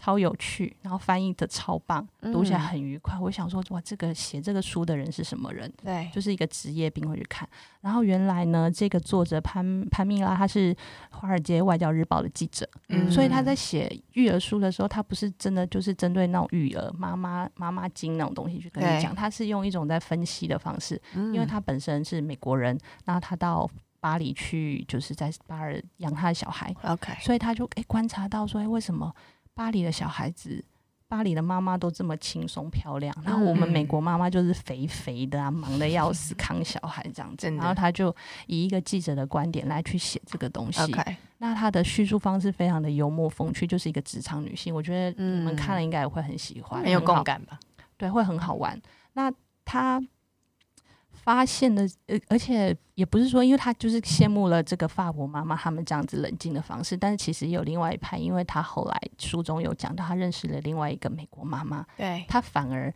Speaker 3: 超有趣，然后翻译的超棒，读
Speaker 2: 嗯
Speaker 3: 起来很愉快。我想说，哇，这个写这个书的人是什么人？
Speaker 2: 对，
Speaker 3: 就是一个职业病会去看。然后原来呢，这个作者潘潘蜜拉，他是《华尔街外交日报》的记者，
Speaker 1: 嗯
Speaker 3: 所以他在写育儿书的时候，他不是真的就是针对那种育儿妈妈妈妈经那种东西去跟
Speaker 2: 对
Speaker 3: 你讲，他是用一种在分析的方式，
Speaker 2: 因
Speaker 1: 嗯
Speaker 3: 因为他本身是美国人，然后他到巴黎去，就是在巴尔养他的小孩，
Speaker 2: OK，
Speaker 3: 所以他就诶观察到说，诶为什么巴黎的小孩子，巴黎的妈妈都这么轻松漂亮，然后我
Speaker 1: 嗯
Speaker 3: 们美国妈妈就是肥肥的啊，忙得要死，扛小孩这样子。
Speaker 1: 真的
Speaker 3: 然后他就以一个记者的观点来去写这个东西。
Speaker 2: OK，
Speaker 3: 那他的叙述方式非常的幽默风趣，就是一个职场女性，我觉得你们看了应该也会很喜欢，
Speaker 1: 嗯很有
Speaker 3: 好
Speaker 1: 共感吧？
Speaker 3: 对，会很好玩。那他发现的，呃，而且也不是说，因为他就是羡慕了这个法国妈妈他们这样子冷静的方式，但是其实也有另外一派，因为他后来书中有讲到，他认识了另外一个美国妈妈，
Speaker 2: 嗯对，
Speaker 3: 他反而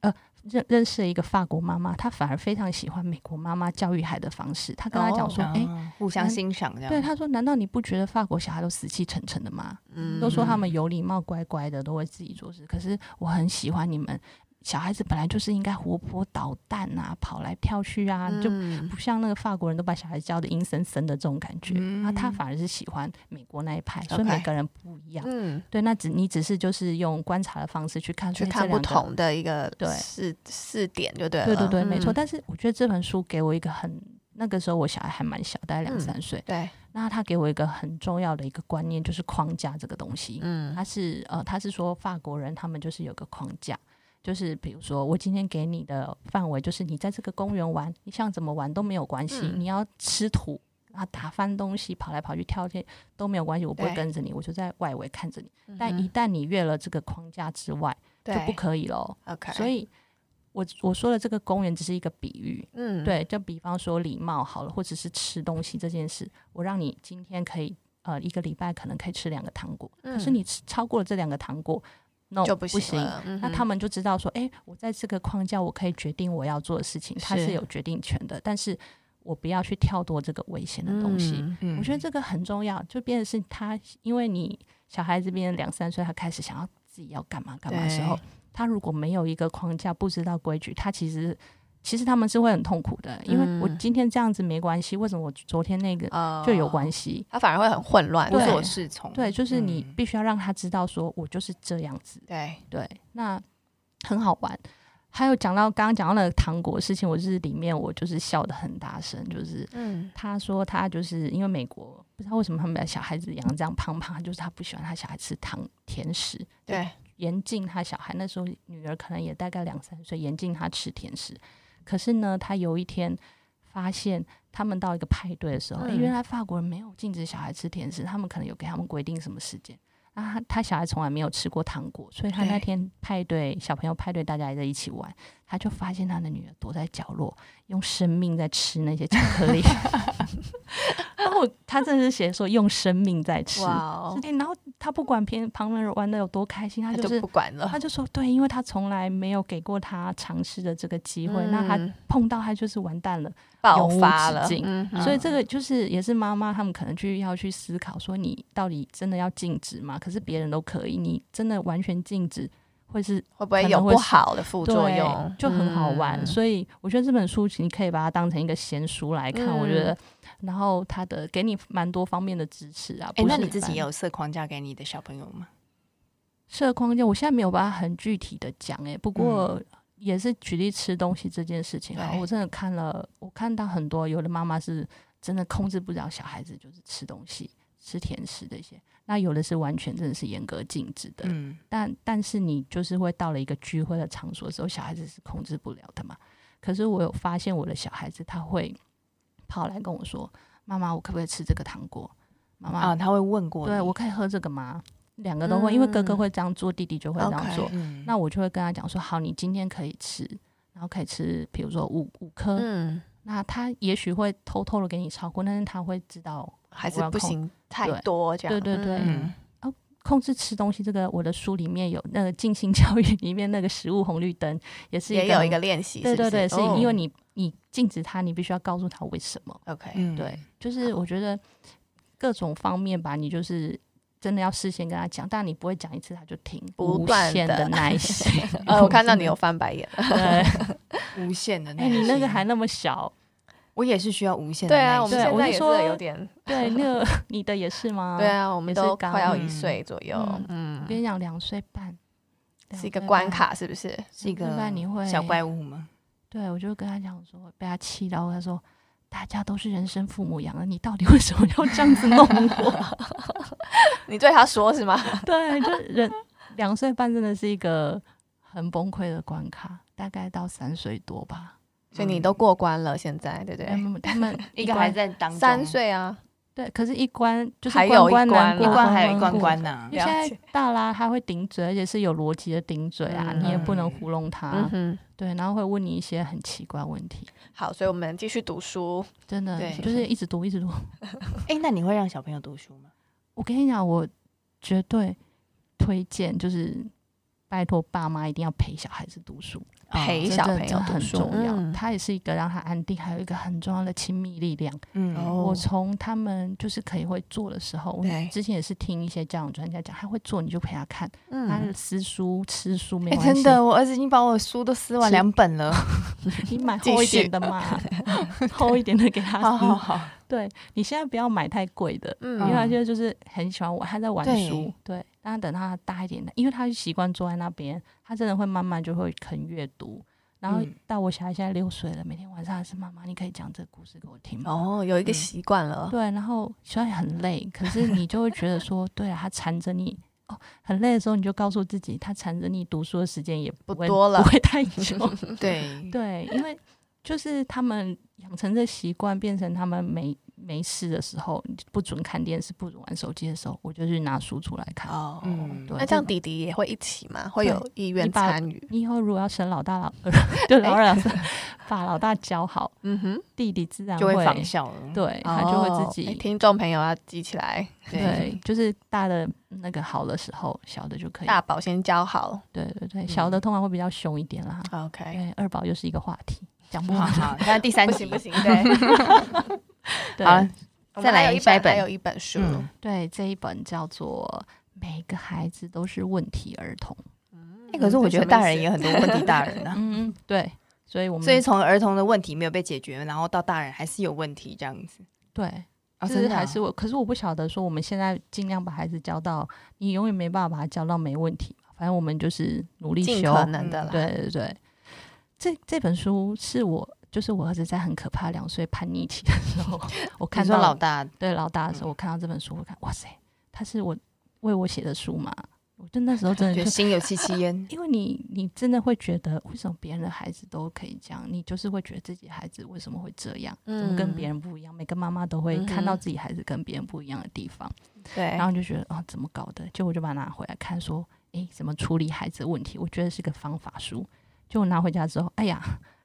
Speaker 3: 呃认认识了一个法国妈妈，他反而非常喜欢美国妈妈教育孩的方式。他跟他讲说，
Speaker 1: 哦
Speaker 3: 诶，
Speaker 1: 互相
Speaker 3: 嗯
Speaker 1: 欣赏这样。
Speaker 3: 对，他说，难道你不觉得法国小孩都死气沉沉的吗？
Speaker 2: 嗯
Speaker 3: 都说他
Speaker 1: 嗯
Speaker 3: 们有礼貌、乖乖的，都会自己做事。可是我很喜欢你们小孩子，本来就是应该活泼捣蛋啊，跑来跳去啊，就
Speaker 2: 嗯
Speaker 3: 不像那个法国人都把小孩教的阴森森的这种感觉。那、他
Speaker 1: 嗯
Speaker 3: 反而是喜欢美国那一派，所以每
Speaker 2: OK
Speaker 3: 个人不一样。
Speaker 2: 嗯，
Speaker 3: 对，那只你只是就是用观察的方式去看，哎
Speaker 2: 去
Speaker 3: 所以这
Speaker 2: 看不
Speaker 3: 两个
Speaker 2: 同的一个
Speaker 3: 对
Speaker 2: 视视点就对了，
Speaker 3: 对对对，没错。
Speaker 2: 嗯
Speaker 3: 但是我觉得这本书给我一个很，那个时候我小孩还蛮小，大概两
Speaker 2: 嗯
Speaker 3: 三岁。
Speaker 2: 对，
Speaker 3: 那他给我一个很重要的一个观念，就是框架这个东西。
Speaker 2: 嗯
Speaker 3: 他是呃，他是说法国人他们就是有个框架，就是比如说我今天给你的范围就是你在这个公园玩，你想怎么玩都没有关系，
Speaker 2: 嗯
Speaker 3: 你要吃土啊打翻东西跑来跑去跳跳都没有关系，我不会
Speaker 2: 对
Speaker 3: 跟着你，我就在外围看着你。但
Speaker 2: 嗯
Speaker 3: 一旦你越了这个框架之外，就
Speaker 2: 对
Speaker 3: 不可以喽。
Speaker 2: OK，
Speaker 3: 所以我我说的这个公园只是一个比喻，
Speaker 2: 嗯
Speaker 3: 对，就比方说礼貌好了，或者是吃东西这件事，我让你今天可以呃一个礼拜可能可以吃两个糖果，可是
Speaker 2: 嗯
Speaker 3: 你吃超过了这两个糖果，no
Speaker 2: 就
Speaker 3: 不
Speaker 2: 不行了，嗯
Speaker 3: 那
Speaker 2: 哼
Speaker 3: 他们就知道说，哎、我在这个框架，我可以决定我要做的事情，它
Speaker 1: 是
Speaker 3: 是有决定权的，但是我不要去跳脱这个危险的东西。
Speaker 2: 嗯
Speaker 1: 嗯
Speaker 3: 我觉得这个很重要，就变成是他，因为你小孩子变成两三岁，他开始想要自己要干嘛干嘛的时候
Speaker 2: 对，
Speaker 3: 他如果没有一个框架，不知道规矩，他其实其实他们是会很痛苦的。因为我
Speaker 2: 嗯
Speaker 3: 今天这样子没关系，为什么我昨天那个
Speaker 2: 哦
Speaker 3: 就有关系？
Speaker 2: 他反而会很混乱，
Speaker 1: 无
Speaker 3: 对
Speaker 1: 所适从。
Speaker 3: 对，就是你
Speaker 1: 嗯
Speaker 3: 必须要让他知道，说我就是这样子。
Speaker 2: 对，
Speaker 3: 对，那很好玩。还有讲到刚刚讲到那个糖果的事情，我就是里面我就是笑得很大声，就是
Speaker 2: 嗯
Speaker 3: 他说他就是因为美国不知道为什么他们把小孩子养这样胖胖，就是他不喜欢他小孩吃糖甜食，
Speaker 2: 对，
Speaker 3: 严禁他小孩那时候女儿可能也大概两三岁，严禁他吃甜食。可是呢，他有一天发现他们到一个派对的时候，
Speaker 2: 嗯
Speaker 3: 诶原来法国人没有禁止小孩吃甜食，他们可能有给他们规定什么时间。啊，他他小孩从来没有吃过糖果，所以他
Speaker 2: 对
Speaker 3: 那天派对小朋友派对，大家也在一起玩，他就发现他的女儿躲在角落，用生命在吃那些巧克力。 然后他真的是写说用生命在吃，
Speaker 2: 哇哦
Speaker 3: 是，的然后他不管旁旁人玩的有多开心，他
Speaker 2: 他
Speaker 3: 就
Speaker 2: 就是不管了
Speaker 3: 他，就说对，因为他从来没有给过他尝试的这个机会，那他
Speaker 2: 嗯
Speaker 3: 碰到他就是完蛋了。
Speaker 2: 爆
Speaker 3: 永无
Speaker 2: 发
Speaker 3: 止
Speaker 2: 了，
Speaker 3: 境
Speaker 2: 嗯哼
Speaker 3: 所以这个就是也是妈妈他们可能去要去思考，说你到底真的要禁止吗？可是别人都可以，你真的完全禁止会是
Speaker 2: 会不会
Speaker 3: 可
Speaker 2: 有
Speaker 3: 能会
Speaker 2: 不
Speaker 3: 是
Speaker 2: 好的副
Speaker 3: 对
Speaker 2: 作用？
Speaker 3: 就很好玩。
Speaker 2: 嗯
Speaker 3: 所以我觉得这本书你可以把它当成一个闲书来看，我觉
Speaker 2: 嗯
Speaker 3: 得，然后它的给你蛮多方面的支持啊。
Speaker 1: 哎，
Speaker 3: 不
Speaker 1: 那
Speaker 3: 是
Speaker 1: 你自己
Speaker 3: 单
Speaker 1: 也有设框架给你的小朋友吗？
Speaker 3: 设框架，我现在没有办法很具体的讲哎、不过也是举例吃东西这件事情啊，
Speaker 2: 对
Speaker 3: 我真的看了，我看到很多有的妈妈是真的控制不了小孩子，就是吃东西、吃甜食这些，那有的是完全真的是严格禁止的，
Speaker 1: 嗯，
Speaker 3: 但但是你就是会到了一个聚会的场所之后，小孩子是控制不了的嘛。可是我有发现我的小孩子他会跑来跟我说：“妈妈，我可不可以吃这个糖果？”妈妈，
Speaker 1: 啊，他会问过你。
Speaker 3: 对我可以喝这个吗？两个都会，因为哥哥
Speaker 2: 嗯
Speaker 3: 会这样做，弟弟就会这样
Speaker 2: OK
Speaker 3: 做。
Speaker 1: 嗯，
Speaker 3: 那我就会跟他讲说，好，你今天可以吃，然后可以吃，比如说五五颗。
Speaker 2: 嗯，
Speaker 3: 那他也许会偷偷的给你超过，但是他会知道
Speaker 2: 还是
Speaker 3: 我要
Speaker 2: 不
Speaker 3: 控
Speaker 2: 行太
Speaker 3: 对
Speaker 2: 多这样，
Speaker 3: 对对对
Speaker 2: 嗯
Speaker 3: 控制吃东西。这个我的书里面有那个静心教育里面那个食物红绿灯，也是
Speaker 2: 也有一个练习，
Speaker 3: 对
Speaker 2: 是不
Speaker 3: 对对，是
Speaker 2: 哦
Speaker 3: 因为你你禁止他，你必须要告诉他为什么。
Speaker 2: OK，
Speaker 1: 嗯
Speaker 3: 对，就是我觉得各种方面吧，你就是。真的要事先跟他讲，但你不会讲一次他就停，
Speaker 2: 不
Speaker 3: 无
Speaker 2: 断
Speaker 3: 限
Speaker 2: 地。
Speaker 3: 的耐心
Speaker 2: 呃，我看到你有翻白眼了。
Speaker 3: 对，哎，
Speaker 1: 无限的耐心。
Speaker 3: 你那个还那么小，
Speaker 1: 我也是需要无限的
Speaker 2: 对
Speaker 1: 耐心。
Speaker 2: 啊，我们
Speaker 3: 对
Speaker 2: 现
Speaker 3: 我
Speaker 2: 在
Speaker 3: 就
Speaker 2: 也是
Speaker 3: 说
Speaker 2: 有点，
Speaker 3: 对，那个 你的也是吗？
Speaker 2: 对，啊，我们
Speaker 3: 也是
Speaker 2: 都
Speaker 3: 刚
Speaker 2: 快要一
Speaker 1: 嗯
Speaker 2: 岁左右，
Speaker 3: 我
Speaker 2: 嗯，
Speaker 3: 跟你讲，两岁半
Speaker 2: 是一个关，卡，是不是？
Speaker 1: 是一个
Speaker 3: 那你会
Speaker 1: 小怪物吗？
Speaker 3: 两岁半对我就跟他讲说，被他气到，他说。大家都是人生父母养的，你到底为什么要这样子弄我？
Speaker 2: 你对他说是吗？
Speaker 3: 对，就人两岁半真的是一个很崩溃的关卡，大概到三岁多吧。
Speaker 2: 所
Speaker 1: 嗯
Speaker 2: 以你都过关了，现在对不
Speaker 3: 他
Speaker 2: 对？
Speaker 3: 们 他们
Speaker 1: 一个
Speaker 3: 关
Speaker 1: 还在当中
Speaker 2: 三，岁啊，
Speaker 3: 对，可是一关就是
Speaker 2: 还
Speaker 3: 关
Speaker 2: 有一
Speaker 3: 关难
Speaker 2: 关
Speaker 1: 一
Speaker 3: 过
Speaker 1: 关还有一
Speaker 3: 关
Speaker 1: 关
Speaker 3: 过
Speaker 1: 关呐
Speaker 3: 因为
Speaker 2: 了解
Speaker 3: 现在大啦，他会顶嘴，而且是有逻辑的顶嘴啊，
Speaker 2: 嗯
Speaker 3: 你也不能糊弄他。
Speaker 2: 嗯哼，
Speaker 3: 对，然后会问你一些很奇怪的问题，
Speaker 2: 好，所以我们继续读书，
Speaker 3: 真的
Speaker 1: 对
Speaker 3: 就是一直读一直读。
Speaker 1: 哎，那你会让小朋友读书吗？
Speaker 3: 我跟你讲，我绝对推荐，就是拜托爸妈一定要陪小孩子读书，
Speaker 2: 陪
Speaker 1: 哦
Speaker 2: 小
Speaker 3: 真
Speaker 2: 朋
Speaker 3: 的
Speaker 2: 友
Speaker 3: 真的
Speaker 2: 读
Speaker 3: 很
Speaker 2: 书
Speaker 3: 重要。
Speaker 2: 嗯
Speaker 3: 它也是一个让他安定，还有一个很重要的亲密力量。
Speaker 1: 嗯，
Speaker 2: 哦
Speaker 3: 我从他们就是可以会做的时候，我
Speaker 2: 对
Speaker 3: 之前也是听一些家长专家讲，他会做你就陪他看，他
Speaker 2: 嗯，
Speaker 3: 撕书吃书没
Speaker 1: 哎，
Speaker 3: 关系，
Speaker 1: 真的，我儿子已经把我的书都撕完
Speaker 3: 是
Speaker 1: 两本 了。
Speaker 3: 你买
Speaker 2: 继
Speaker 3: 厚一
Speaker 2: 续
Speaker 3: 点的嘛， 厚一点的给他
Speaker 1: 好好
Speaker 3: 撕。
Speaker 1: 好，
Speaker 3: 对你现在不要买太贵的，
Speaker 2: 嗯
Speaker 3: 因为他现在就是很喜欢玩，他在玩
Speaker 1: 对
Speaker 3: 书。对，但他等他大一点的，因为他习惯坐在那边，他真的会慢慢就会肯阅读。然后
Speaker 1: 嗯
Speaker 3: 到我小孩现在六岁了，每天晚上还是妈妈，你可以讲这个故事给我听吗？
Speaker 2: 哦，有一个
Speaker 1: 嗯
Speaker 2: 习惯了，
Speaker 3: 对，然后虽然很累，可是你就会觉得说，对啊，他缠着你哦，很累的时候，你就告诉自己，他缠着你读书的时间也
Speaker 2: 不
Speaker 3: 不会
Speaker 2: 多了
Speaker 3: 不会太 久。
Speaker 1: 对，
Speaker 3: 对，因为就是他们养成这习惯，变成他们没没事的时候，不准看电视，不准玩手机的时候，我就去拿书出来看。
Speaker 2: 哦，
Speaker 1: 嗯
Speaker 3: 对
Speaker 2: 那这样弟弟也会一起吗？会
Speaker 3: 对
Speaker 2: 有意愿
Speaker 3: 你把
Speaker 2: 参与？
Speaker 3: 你以后如果要生老大老 二，就老二老三，把老大教好，
Speaker 2: 嗯哼，
Speaker 3: 弟弟自然
Speaker 1: 就会仿效了。
Speaker 3: 对他就会自己、
Speaker 2: 哎听众朋友要记起来，
Speaker 3: 对，就是大的那个好的时候，小的就可以。
Speaker 2: 大宝先教好
Speaker 3: 对对对，小的通常会比较凶一点啦。
Speaker 2: ，OK，
Speaker 3: 对，二宝又是一个话题，讲不
Speaker 1: 好
Speaker 3: 完。
Speaker 1: 好，那第三
Speaker 2: 不
Speaker 1: 集
Speaker 2: 行不行，对，
Speaker 3: 对
Speaker 1: 好了，
Speaker 2: 我们
Speaker 1: 再来
Speaker 2: 还有一
Speaker 1: 下一
Speaker 2: 本，还
Speaker 1: 本
Speaker 2: 有一本书，
Speaker 1: 嗯，
Speaker 3: 对，这一本叫做《每个孩子都是问题儿童》。
Speaker 1: 哎，可是我觉得大人也
Speaker 2: 很
Speaker 1: 很多问题，大人 啊。
Speaker 3: 嗯，对，所以我们
Speaker 1: 所以从儿童的问题没有被解决，然后到大人还是有问题这样子，
Speaker 3: 对，
Speaker 1: 啊
Speaker 3: 就是还是我，可是我不晓得说我们现在尽量把孩子教到，你永远没办法把他教到没问题嘛。反正我们就是努力
Speaker 2: 尽
Speaker 3: 修。
Speaker 2: 可能的啦，
Speaker 3: 对对对，这这本书是我，就是我儿子在很可怕两岁叛逆期的时候，我
Speaker 1: 看
Speaker 3: 看
Speaker 1: 说
Speaker 3: 到
Speaker 1: 老大
Speaker 3: 对老大的
Speaker 2: 嗯
Speaker 3: 时候，我看到这本书，我看哇塞，他是我为我写的书嘛，我就 那时候真的
Speaker 1: 觉
Speaker 3: 就
Speaker 1: 得心有戚戚 焉，
Speaker 3: 因为你你真的会觉得，为什么别人的孩子都可以这样，你就是会觉得自己孩子为什么会这样，怎么跟别人不一样？每个妈妈都会看到
Speaker 2: 嗯嗯哼
Speaker 3: 自己孩子跟别人不一样的地方，
Speaker 2: 对
Speaker 3: 然，后你就觉得哦，怎么搞的？就我就把它拿回来看，说，诶，怎么处理孩子的问题？我觉得是个方法书。就我拿回家之后，哎呀，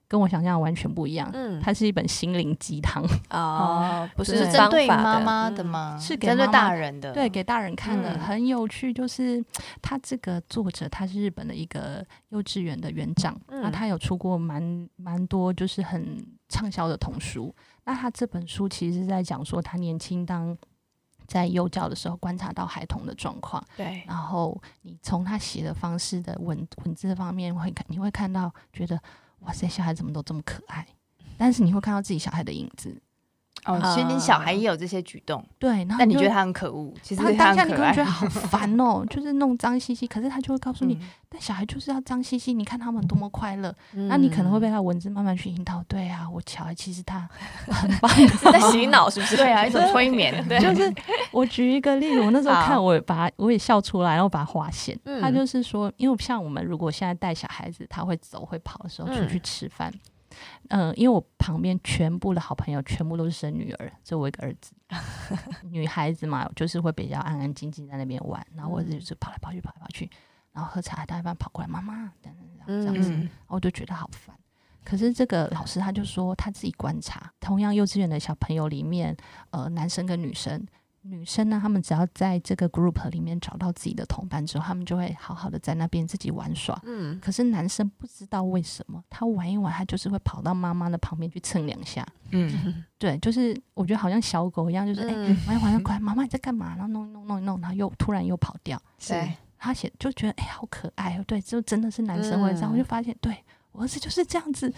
Speaker 3: 跟我想象的完全不一样。
Speaker 2: 嗯，
Speaker 3: 它是一本心灵鸡汤，
Speaker 2: 哦，不
Speaker 3: 对
Speaker 2: 是
Speaker 1: 是针
Speaker 2: 方
Speaker 1: 对
Speaker 2: 法
Speaker 1: 妈妈的
Speaker 2: 嗯
Speaker 1: 吗？
Speaker 3: 是给
Speaker 1: 针对
Speaker 3: 妈妈
Speaker 1: 大人的，
Speaker 3: 对，给大人看的，
Speaker 1: 嗯
Speaker 3: 很有趣。就是他这个作者，他是日本的一个幼稚园的园长，那、
Speaker 2: 嗯
Speaker 3: 他有出过蛮蛮多就是很畅销的童书。那他这本书其实是在讲说，他年轻当在幼教的时候观察到孩童的状况，
Speaker 2: 对，
Speaker 3: 然后你从他写的方式的文文字方面会看，你会看到觉得哇塞，小孩怎么都这么可爱，但是你会看到自己小孩的影子。
Speaker 1: 哦，所以你小孩也有这些举动，
Speaker 3: 对，呃然后
Speaker 1: 但你
Speaker 3: 就
Speaker 1: 觉得他很可恶，其实
Speaker 3: 他当下
Speaker 1: 很
Speaker 3: 你
Speaker 1: 可
Speaker 3: 可能
Speaker 1: 爱
Speaker 3: 觉得。 好烦哦，就是弄脏兮兮，可是他就会告诉你，
Speaker 1: 嗯
Speaker 3: 但小孩就是要脏兮兮，你看他们多么快乐，
Speaker 2: 嗯
Speaker 3: 那、你可能会
Speaker 1: 嗯
Speaker 3: 被他文字慢慢去引导。对啊，我小孩其实他很棒
Speaker 2: 在
Speaker 3: 的。
Speaker 2: 洗脑，是不是？
Speaker 1: 对啊，一 种催眠，对
Speaker 3: 就是 我举一个例子，我那时候
Speaker 2: 好
Speaker 3: 看我也把它我也笑出来，然后把它划线。
Speaker 2: 嗯
Speaker 3: 他就是说，因为像我们如果现在带小孩子，他会走会跑的时候
Speaker 2: 嗯
Speaker 3: 出去吃饭，嗯、因为我旁边全部的好朋友全部都是生女儿，只有我一个儿 子，女孩子嘛，就是会比较安安静静在那边玩，然后我儿
Speaker 2: 嗯
Speaker 3: 子就是跑来跑去跑来跑去，然后喝茶到一半跑过来，妈妈等等这样子，
Speaker 1: 嗯
Speaker 3: 然哦后我就觉得好烦。可是这个老师他就说他自己观察，同样幼稚园的小朋友里面，呃，男生跟女生女生呢，她们只要在这个 group 里面找到自己的同伴之后，她们就会好好的在那边自己玩耍。
Speaker 2: 嗯，
Speaker 3: 可是男生不知道为什么，他玩一玩，他就是会跑到妈妈的旁边去蹭两下。
Speaker 4: 嗯，
Speaker 3: 对，就是我觉得好像小狗一样，就是哎、
Speaker 2: 嗯
Speaker 3: 玩一玩，乖，妈妈你在干嘛？然后弄一弄，弄一弄，然后又突然又跑掉。
Speaker 2: 对，
Speaker 3: 他写就觉得哎、好可爱哦，对，就真的是男生会这样，
Speaker 1: 嗯
Speaker 3: 我就发现，对我儿子就是这样子，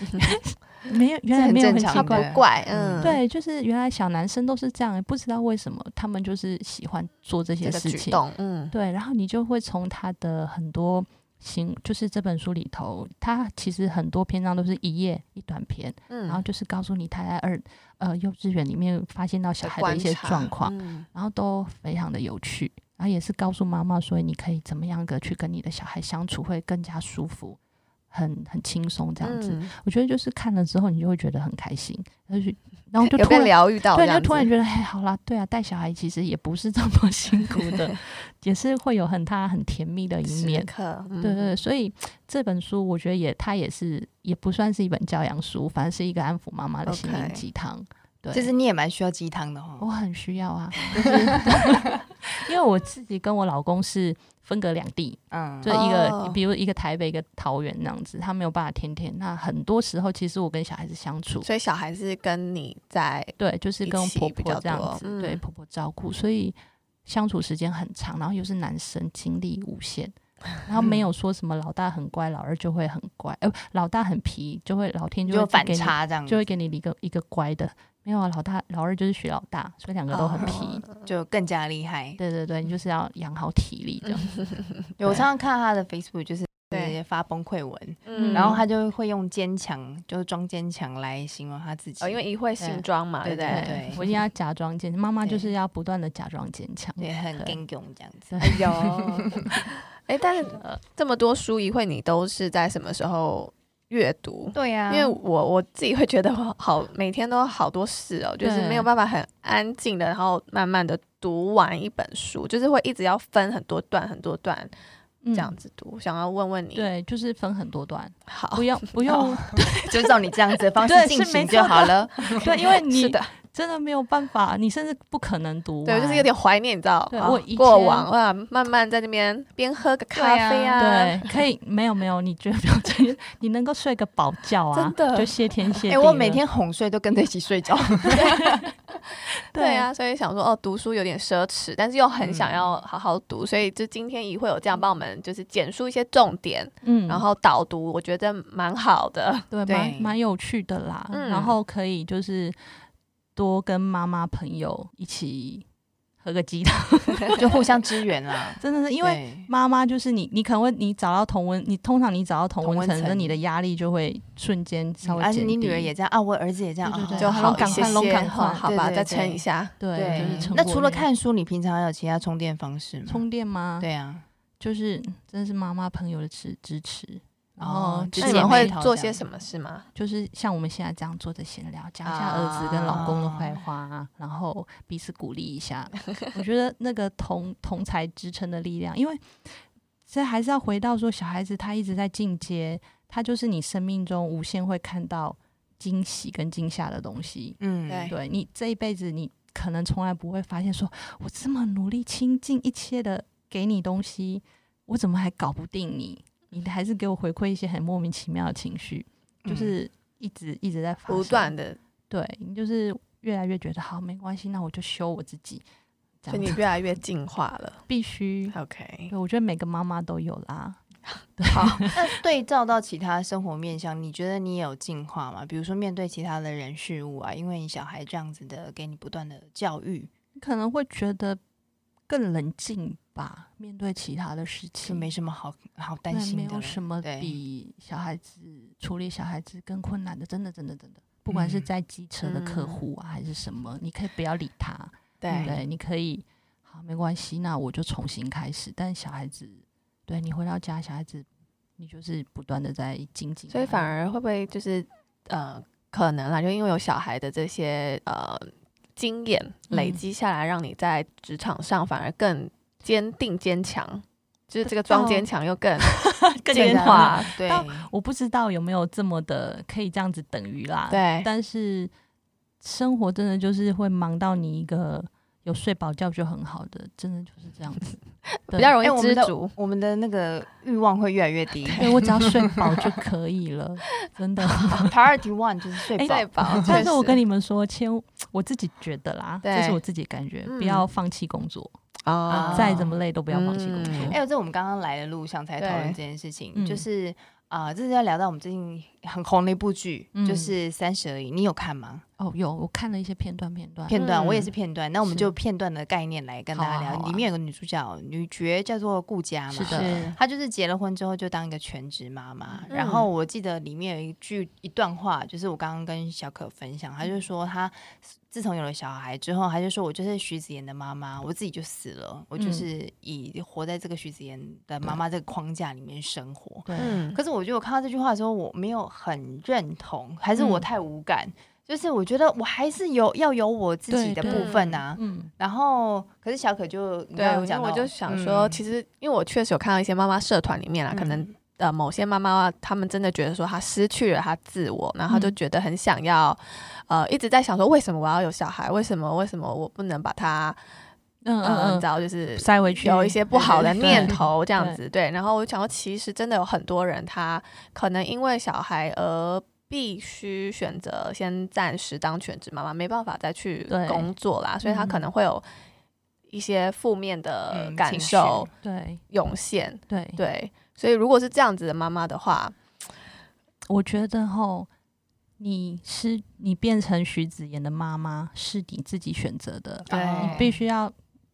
Speaker 3: 没有原
Speaker 1: 这
Speaker 3: 来
Speaker 1: 很
Speaker 3: 没有
Speaker 1: 正
Speaker 3: 很
Speaker 1: 常
Speaker 3: 奇
Speaker 2: 他
Speaker 1: 的
Speaker 2: 不
Speaker 3: 怪，
Speaker 2: 怪，
Speaker 1: 嗯
Speaker 2: 嗯，
Speaker 3: 对，就是原来小男生都是这样，不知道为什么他们就是喜欢做这些
Speaker 2: 这个
Speaker 3: 事
Speaker 2: 举
Speaker 3: 情。
Speaker 2: 动，嗯，
Speaker 3: 对，然后你就会从他的很多行，就是这本书里头，他其实很多篇章都是一页一短篇，
Speaker 2: 嗯，
Speaker 3: 然后就是告诉你他在二呃幼稚园里面发现到小孩的一些
Speaker 2: 观察
Speaker 3: 状况，
Speaker 2: 嗯
Speaker 3: 然后都非常的有趣，然后也是告诉妈妈说你可以怎么样的去跟你的小孩相处会更加舒服，很很轻松这样子。
Speaker 2: 嗯
Speaker 3: 我觉得就是看了之后，你就会觉得很开心，然后就然后就
Speaker 2: 有
Speaker 3: 突
Speaker 2: 被
Speaker 3: 然
Speaker 2: 疗愈到这
Speaker 3: 对，就
Speaker 2: 样子，
Speaker 3: 突然觉得，哎，好啦，对啊，带小孩其实也不是这么辛苦 的，也是会有很他很甜蜜的一面
Speaker 2: 时。刻，嗯
Speaker 3: 对对，对，所以这本书我觉得也，它也是也不算是一本教养书，反正是一个安抚妈妈的心灵
Speaker 2: OK
Speaker 3: 鸡汤。对，
Speaker 1: 就是你也蛮需要鸡汤的
Speaker 3: 我
Speaker 1: 哦。
Speaker 3: 很需要啊，就是因为我自己跟我老公是分隔两地，
Speaker 1: 嗯，
Speaker 3: 就一个、
Speaker 2: 哦
Speaker 3: 比如一个台北，一个桃园那样子，他没有办法天天。那很多时候，其实我跟小孩子相处，
Speaker 2: 所以小孩是跟你在，
Speaker 3: 对，就是
Speaker 2: 一
Speaker 3: 跟
Speaker 2: 起
Speaker 3: 婆
Speaker 2: 比较
Speaker 3: 婆这样
Speaker 2: 多
Speaker 3: 子，对
Speaker 2: 嗯
Speaker 3: 婆婆照顾，所以相处时间很长，然后又是男生，精力无限，然后没有说什么老大很乖，老二就会很乖，呃，老大很皮，就会老天就
Speaker 1: 就
Speaker 3: 会
Speaker 1: 反
Speaker 3: 给你，
Speaker 1: 差这样，
Speaker 3: 就
Speaker 1: 就
Speaker 3: 会给你一个一个乖的，没有啊，老大老二就是学老大，所以两个都很皮，
Speaker 2: 哦
Speaker 1: 就更加厉害。
Speaker 3: 对对对，
Speaker 2: 嗯
Speaker 3: 你就是要养好体力这样，
Speaker 1: 对我常常看他的 Facebook，就是
Speaker 2: 对
Speaker 1: 发崩溃文，
Speaker 2: 嗯
Speaker 1: 然后他就会用坚强，就是装坚强来形容他自己。
Speaker 2: 哦，因为一会
Speaker 1: 对
Speaker 2: 新装嘛，
Speaker 1: 对
Speaker 2: 对不对？
Speaker 1: 对
Speaker 3: 我一定要假装坚，妈妈
Speaker 1: 对
Speaker 3: 就是要不断的假装坚强，
Speaker 1: 也很
Speaker 3: 对
Speaker 1: 坚强这样子。
Speaker 3: 对
Speaker 1: 哎呦，
Speaker 2: 哎，但是
Speaker 3: 呃，
Speaker 2: 这么多书一会，你都是在什么时候阅读？
Speaker 1: 对
Speaker 3: 啊
Speaker 1: 呀，
Speaker 2: 因为
Speaker 3: 嗯
Speaker 2: 我我自己会觉得我好每天都好多事哦，就是
Speaker 3: 对
Speaker 2: 没有办法很安静的，然后慢慢的读完一本书，就是会一直要分很多段很多段
Speaker 3: 这
Speaker 2: 这样。子哦读。想要问问你，，
Speaker 3: 嗯对，就是分很多段，
Speaker 2: 好
Speaker 3: 不，用不用，
Speaker 1: 就照你这样子的方式
Speaker 3: 对
Speaker 1: 进
Speaker 3: 是
Speaker 1: 行
Speaker 3: 没
Speaker 1: 就
Speaker 3: 错的
Speaker 1: 好了。
Speaker 3: 对，因为
Speaker 2: 是
Speaker 3: 你
Speaker 2: 的，
Speaker 3: 真的没有办法，你甚至不可能读
Speaker 2: 对，
Speaker 3: 完。
Speaker 2: 就是有点怀念，你知道
Speaker 3: 对
Speaker 2: 啊
Speaker 3: 我以
Speaker 2: 过
Speaker 3: 前
Speaker 2: 往啊，慢慢在那边边喝个咖啡啊，
Speaker 3: 对，可以没有没有，你绝对不要这样，你能够睡个饱觉啊，
Speaker 2: 真的
Speaker 3: 就谢天谢
Speaker 1: 哎、
Speaker 3: 地了。
Speaker 1: 我每天哄睡都跟着一起睡 觉。
Speaker 2: 对啊，所以想说哦，读书有点奢侈，但是又很
Speaker 3: 嗯
Speaker 2: 想要好好读，所以就今天怡会有这样帮我们就是简述一些重点，
Speaker 3: 嗯，
Speaker 2: 然后导读，我觉得蛮好的。
Speaker 3: 对，
Speaker 1: 对
Speaker 3: 蛮蛮有趣的啦，
Speaker 2: 嗯
Speaker 3: 然后可以就是多跟妈妈朋友一起喝个鸡汤，
Speaker 1: 就互相支援 啦。
Speaker 3: 真的是因为。
Speaker 1: 对
Speaker 3: 妈妈就是你，你可能会你找到同温，你通常你找到同
Speaker 1: 同
Speaker 3: 温
Speaker 1: 温
Speaker 3: 层，
Speaker 1: 层
Speaker 3: 那你的压力就会瞬间稍微
Speaker 1: 而
Speaker 3: 减
Speaker 1: 且
Speaker 3: 低。
Speaker 1: 你女儿也这样啊，我儿子也这样啊，
Speaker 3: 对
Speaker 2: 就
Speaker 3: 对
Speaker 2: 好
Speaker 3: 赶
Speaker 2: 一些
Speaker 3: 快弄
Speaker 2: 些
Speaker 3: 赶快
Speaker 2: 哦好吧，
Speaker 1: 对对
Speaker 2: 再
Speaker 1: 对
Speaker 2: 撑一下。
Speaker 3: 对，就
Speaker 1: 对
Speaker 3: 是撑
Speaker 1: 那
Speaker 3: 过
Speaker 1: 除了
Speaker 3: 那
Speaker 1: 看书，你平常还有其他充电方式吗？
Speaker 3: 充电吗？
Speaker 1: 对啊，
Speaker 3: 就是真的是妈妈朋友的支支持，然后
Speaker 1: 哦直
Speaker 3: 就
Speaker 2: 那
Speaker 3: 是
Speaker 1: 接
Speaker 2: 你
Speaker 1: 姐妹
Speaker 2: 们会
Speaker 1: 淘
Speaker 2: 做
Speaker 1: 这
Speaker 2: 些
Speaker 1: 样
Speaker 2: 什么事吗？
Speaker 3: 就是像我们现在这样坐着闲聊，讲一下儿子跟老公的坏话，啊然后彼此鼓励一下。 我觉得那个同同才支撑的力量，因为这还是要回到说，小孩子他一直在进阶，他就是你生命中无限会看到惊喜跟惊吓的东西。
Speaker 1: 嗯，
Speaker 2: 对
Speaker 3: 对你这一辈子，你可能从来不会发现说，我这么努力倾尽一切的给你东西，我怎么还搞不定你？你还是给我回馈一些很莫名其妙的情绪，就
Speaker 1: 嗯
Speaker 3: 是一直一直在发
Speaker 2: 不
Speaker 3: 生
Speaker 2: 断的，
Speaker 3: 对你就是越来越觉得好没关系，那我就修我自己，这
Speaker 2: 所以
Speaker 3: 样嗯
Speaker 2: 你
Speaker 3: 子
Speaker 2: 越来越进化了。
Speaker 3: 必须。
Speaker 2: OK，
Speaker 3: 对，我觉得每个妈妈都有啦。
Speaker 2: 好，
Speaker 1: 那对照到其他生活面向，你觉得你也有进化吗？比如说面对其他的人事物啊，因为你小孩这样子的给你不断的教育，
Speaker 3: 你可能会觉得更冷静吧，面对其他的事
Speaker 1: 就
Speaker 3: 情，
Speaker 1: 没什么好好担
Speaker 3: 对，没
Speaker 1: 心的
Speaker 3: 有
Speaker 1: 了。
Speaker 3: 什么
Speaker 1: 对
Speaker 3: 比小孩子处理小孩子更困难的，真的，真的，真的。不管是
Speaker 1: 嗯
Speaker 3: 在机车的客
Speaker 2: 嗯
Speaker 3: 户啊，还是什么，你可以不要理他，
Speaker 1: 嗯
Speaker 2: 对，
Speaker 3: 对，你可以好，没关系，那我就重新开始。但小孩子，对你回到家，小孩子，你就是不断的在精进他们，
Speaker 2: 所以反而会不会就是呃，可能啦，就因为有小孩的这些呃经验累
Speaker 3: 嗯
Speaker 2: 积下来，让你在职场上反而更坚定坚强，就是这个
Speaker 3: 不知道
Speaker 2: 装坚强又 更
Speaker 1: 哦
Speaker 2: 进
Speaker 3: 更
Speaker 1: 坚
Speaker 3: 坚
Speaker 1: 强
Speaker 3: 化。
Speaker 2: 化，
Speaker 1: 对，
Speaker 3: 到我不知道有没有这么的可以这样子等于啦，
Speaker 2: 对，
Speaker 3: 但是生活真的就是会忙到你一个有睡饱觉就很好的，真的就是这样子，
Speaker 2: 比较容
Speaker 1: 哎，
Speaker 2: 易
Speaker 1: 我
Speaker 2: 知
Speaker 1: 们的
Speaker 2: 足。
Speaker 1: 我们的那个欲望会越来越低。
Speaker 3: 对我只要睡饱 就可以了，真的。
Speaker 1: Priority one 就是睡
Speaker 3: 哎
Speaker 1: 饱
Speaker 2: 对。吧？
Speaker 3: 但
Speaker 2: 确
Speaker 3: 是我
Speaker 2: 实
Speaker 3: 跟你们说，千我自己觉得啦，
Speaker 2: 对
Speaker 3: 这是我自己感觉，
Speaker 2: 嗯
Speaker 3: 不要放弃工作，
Speaker 2: 啊
Speaker 3: 再怎么累都不要放弃工作。
Speaker 2: 嗯
Speaker 1: 哎、这我们刚刚来的路上才讨论
Speaker 2: 对
Speaker 1: 这件事情，
Speaker 3: 嗯
Speaker 1: 就是啊、这是要聊到我们最近很红的一部剧，
Speaker 3: 嗯
Speaker 1: 就是《三十而已》，你有看吗？
Speaker 3: 哦，有我看了一些片段片段，
Speaker 1: 片段、
Speaker 2: 嗯
Speaker 1: 我也是片段，那我们
Speaker 3: 是
Speaker 1: 就片段的概念来跟大家聊。
Speaker 3: 好啊好啊
Speaker 1: 里面有个女主角，女角叫做顾佳嘛，
Speaker 3: 是的
Speaker 2: 是
Speaker 1: 她就是结了婚之后就当一个全职妈妈。
Speaker 2: 嗯
Speaker 1: 然后我记得里面有一句一段话，就是我刚刚跟小可分享，
Speaker 2: 嗯
Speaker 1: 她就说她自从有了小孩之后，她就说我就是徐子言的妈妈，我自己就死了，我就
Speaker 3: 嗯
Speaker 1: 是以活在这个徐子言的妈妈这个框架里面生活。
Speaker 3: 对，
Speaker 2: 嗯，
Speaker 1: 可是我觉得我看到这句话的时候，我没有很认同，还是我
Speaker 3: 嗯
Speaker 1: 太无感。就是我觉得我还是有要有我自己的
Speaker 3: 对
Speaker 1: 部
Speaker 2: 对
Speaker 1: 分呐、啊，
Speaker 3: 嗯，
Speaker 1: 然后可是小可就你刚
Speaker 2: 对，
Speaker 1: 刚有
Speaker 2: 因为
Speaker 1: 讲到，
Speaker 2: 我就想说，
Speaker 1: 嗯
Speaker 2: 其实因为我确实有看到一些妈妈社团里面啦，可能
Speaker 1: 嗯
Speaker 2: 呃，某些妈妈她们真的觉得说她失去了她自我，然后她就
Speaker 3: 嗯
Speaker 2: 觉得很想要，呃，一直在想说为什么我要有小孩，为什么为什么我不能把它，
Speaker 3: 嗯
Speaker 2: 呃，你
Speaker 3: 嗯
Speaker 2: 知道就是
Speaker 3: 嗯，塞回去
Speaker 2: 有一些不好的
Speaker 3: 对
Speaker 2: 念头这样子，对。然后我想说，其实真的有很多人他可能因为小孩而。必须选择先暂时当全职妈妈，没办法再去
Speaker 3: 对嗯
Speaker 2: 工作啦，所以他可能会有一些负面的
Speaker 1: 嗯
Speaker 2: 感
Speaker 1: 情绪
Speaker 2: 受
Speaker 3: 对
Speaker 2: 涌现。
Speaker 3: 对对，
Speaker 2: 对，所以如果是这样子的妈妈的话，
Speaker 3: 我觉得吼，你是你变成徐子言的妈妈，是你自己选择的，
Speaker 2: 对
Speaker 1: 哦
Speaker 3: 你必须要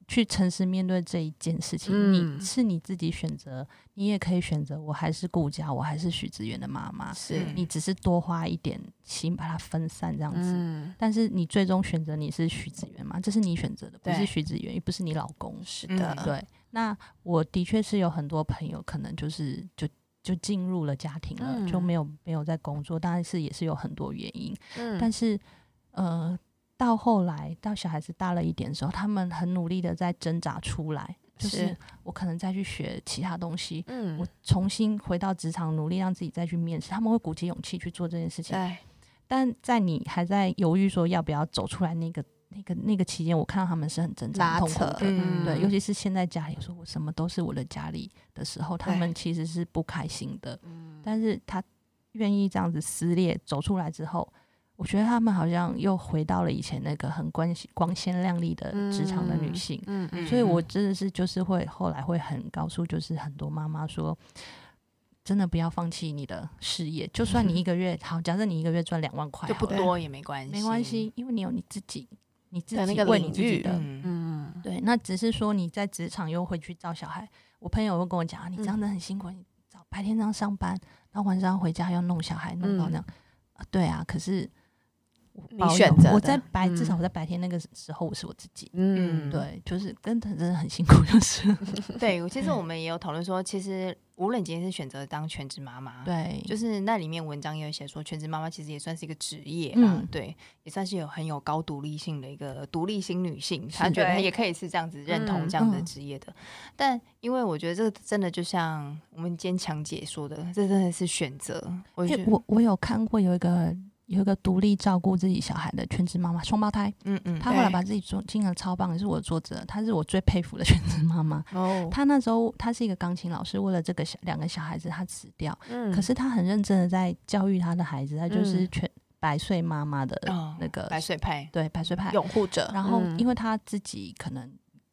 Speaker 3: 去诚实面对这一件事情。
Speaker 2: 嗯
Speaker 3: 你是你自己选择，你也可以选择，我还是顾家，我还是许志远的妈妈，
Speaker 2: 是
Speaker 1: 嗯
Speaker 3: 你只是多花一点心把它分散这样子。
Speaker 2: 嗯，
Speaker 3: 但是你最终选择你是许志远嘛？这是你选择的，不
Speaker 2: 对
Speaker 3: 是许志远，也不是你老公。
Speaker 2: 是
Speaker 1: 嗯
Speaker 2: 的，
Speaker 3: 对，那我的确是有很多朋友，可能就是就就进入了家庭了，就
Speaker 2: 嗯
Speaker 3: 没有没有在工作，当然是也是有很多原因，
Speaker 2: 嗯，
Speaker 3: 但是呃，到后来到小孩子大了一点的时候，他们很努力的在挣扎出来，就是
Speaker 2: 是
Speaker 3: 我可能再去学其他东西。
Speaker 2: 嗯
Speaker 3: 我，重新回到职场，努力让自己再去面试，他们会鼓起勇气去做这件事情。
Speaker 2: 对，
Speaker 3: 但在你还在犹豫说要不要走出来那个、那个、那个期间，我看到他们是很挣扎、
Speaker 2: 拉
Speaker 3: 很痛苦
Speaker 2: 扯
Speaker 3: 的，。
Speaker 1: 嗯
Speaker 3: 对，尤其是现在家里，有时候我什么都是我的家里的时候，他
Speaker 2: 对嗯
Speaker 3: 们其实是不开心的。但是他愿意这样子撕裂走出来之后，我觉得他们好像又回到了以前那个很光光鲜亮丽的职场的女性。
Speaker 2: 嗯嗯，
Speaker 3: 所以我真的是就是会后来会很告诉，就是很多妈妈说。真的不要放弃你的事业，就算
Speaker 2: 嗯
Speaker 3: 你一个月好，假设你一个月赚两万块
Speaker 1: 就
Speaker 3: 好
Speaker 1: 不
Speaker 3: 了，
Speaker 1: 多也没关系，
Speaker 3: 哎没关系，因为你有你自己，你自
Speaker 2: 的那
Speaker 3: 己
Speaker 2: 个
Speaker 3: 为
Speaker 2: 领
Speaker 3: 你自己
Speaker 2: 域
Speaker 3: 的
Speaker 1: 嗯，
Speaker 2: 嗯，
Speaker 3: 对，那只是说你在职场又回去照小孩。我朋友又跟我讲，啊你这
Speaker 2: 嗯
Speaker 3: 样子很辛苦，你早白天这样上班，然后晚上回家要弄小孩，弄到
Speaker 2: 嗯
Speaker 3: 那样。啊对啊，可是我
Speaker 2: 你
Speaker 3: 保有
Speaker 2: 选择
Speaker 3: 我
Speaker 2: 的
Speaker 3: 在白，至
Speaker 2: 嗯
Speaker 3: 少我在白天那个时候我是我自己。
Speaker 2: 嗯，
Speaker 3: 对，就是跟真的很辛苦，就是
Speaker 1: 对，其实我们也有讨论说，其实无论你今天是选择当全职妈妈，
Speaker 3: 对，
Speaker 1: 就是那里面文章也有写说，全职妈妈其实也算是一个职业啦，
Speaker 3: 嗯
Speaker 1: 对，也算是有很有高独立性的一个独立型女性，她
Speaker 3: 是
Speaker 1: 觉得她
Speaker 2: 对
Speaker 1: 也可以是这样子认同
Speaker 2: 嗯
Speaker 1: 这样的
Speaker 3: 嗯
Speaker 1: 职业的。但因为我觉得这个真的就像我们今天强姐说的，这真的是选择。我
Speaker 3: 因
Speaker 1: 觉
Speaker 3: 为
Speaker 1: 得，
Speaker 3: 我我有看过有一个有一个独立照顾自己小孩的全职妈妈，双胞胎，
Speaker 1: 嗯嗯，
Speaker 3: 她后来
Speaker 2: 对
Speaker 3: 把自己做经营得超棒，也是我的作者，她是我最佩服的全职妈妈。
Speaker 2: 哦，
Speaker 3: 他那时候他是一个钢琴老师，为了这个小两个小孩子他辞掉，
Speaker 2: 嗯
Speaker 3: 可是他很认真的在教育他的孩子，他就是
Speaker 2: 嗯
Speaker 3: 全百岁妈妈的
Speaker 1: 哦
Speaker 3: 那个、
Speaker 1: 白水派，
Speaker 3: 对百岁嗯派。
Speaker 2: 拥护者，
Speaker 3: 然后因
Speaker 2: 为
Speaker 3: 为他自己可能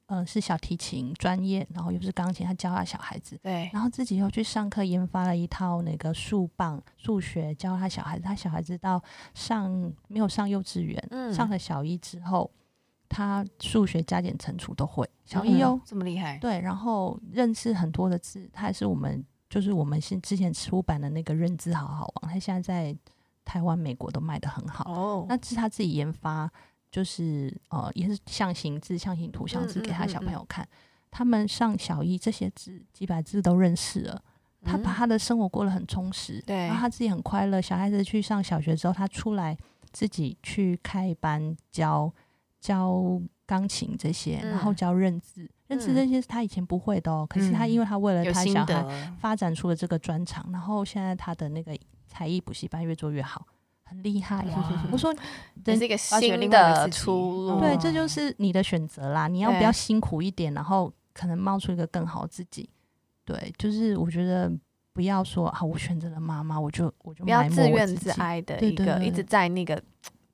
Speaker 3: 呃是小提琴专业，然后又是钢琴，他教他小孩子，
Speaker 2: 对，
Speaker 3: 然后自己又去上课研发了一套那个数棒数学教他小孩子，他小孩子到上没有上幼稚园，
Speaker 2: 嗯
Speaker 3: 上了小一之后，他数学加减乘除都会，小一哦。
Speaker 1: 嗯这么厉害，
Speaker 3: 对，然后认识很多的字，它是我们就是我们现之前出版的那个《认字好好玩》，它现在在台湾、美国都卖得很好。
Speaker 2: 哦，
Speaker 3: 那是他自己研发，就是呃，也是象形字、象形图像字
Speaker 2: 嗯
Speaker 3: 给他
Speaker 2: 嗯
Speaker 3: 小
Speaker 2: 嗯
Speaker 3: 朋友看。他们上小一这些字几百字都认识了，他把
Speaker 2: 嗯
Speaker 3: 他的生活过得很充实，
Speaker 2: 对
Speaker 3: 然后他自己很快乐。小孩子去上小学之后，他出来自己去开班教教钢琴这些，然后
Speaker 2: 嗯
Speaker 3: 教认字，认字这些是他以前不会的哦。可是他
Speaker 1: 嗯
Speaker 3: 因为他为了
Speaker 1: 有
Speaker 3: 他
Speaker 1: 心
Speaker 3: 小孩
Speaker 1: 得，
Speaker 3: 发展出了这个专长，然后现在他的那个才艺补习班越做越好，很厉害啊！
Speaker 1: 哇
Speaker 3: 我说
Speaker 2: 这是一个
Speaker 1: 发掘
Speaker 2: 新
Speaker 1: 另外一个
Speaker 2: 的
Speaker 1: 自己
Speaker 2: 出路。
Speaker 3: 对，这就是你的选择啦。你要不
Speaker 2: 哦对
Speaker 3: 要辛苦一点，然后可能冒出一个更好自己？对，就是我觉得不要说啊，我选择了妈妈，我就我就
Speaker 2: 不要
Speaker 3: 埋没
Speaker 2: 自
Speaker 3: 我
Speaker 2: 怨
Speaker 3: 自
Speaker 2: 自
Speaker 3: 己。
Speaker 2: 哀的
Speaker 3: 对
Speaker 2: 一
Speaker 3: 对
Speaker 2: 个，
Speaker 3: 对
Speaker 2: 一直在那个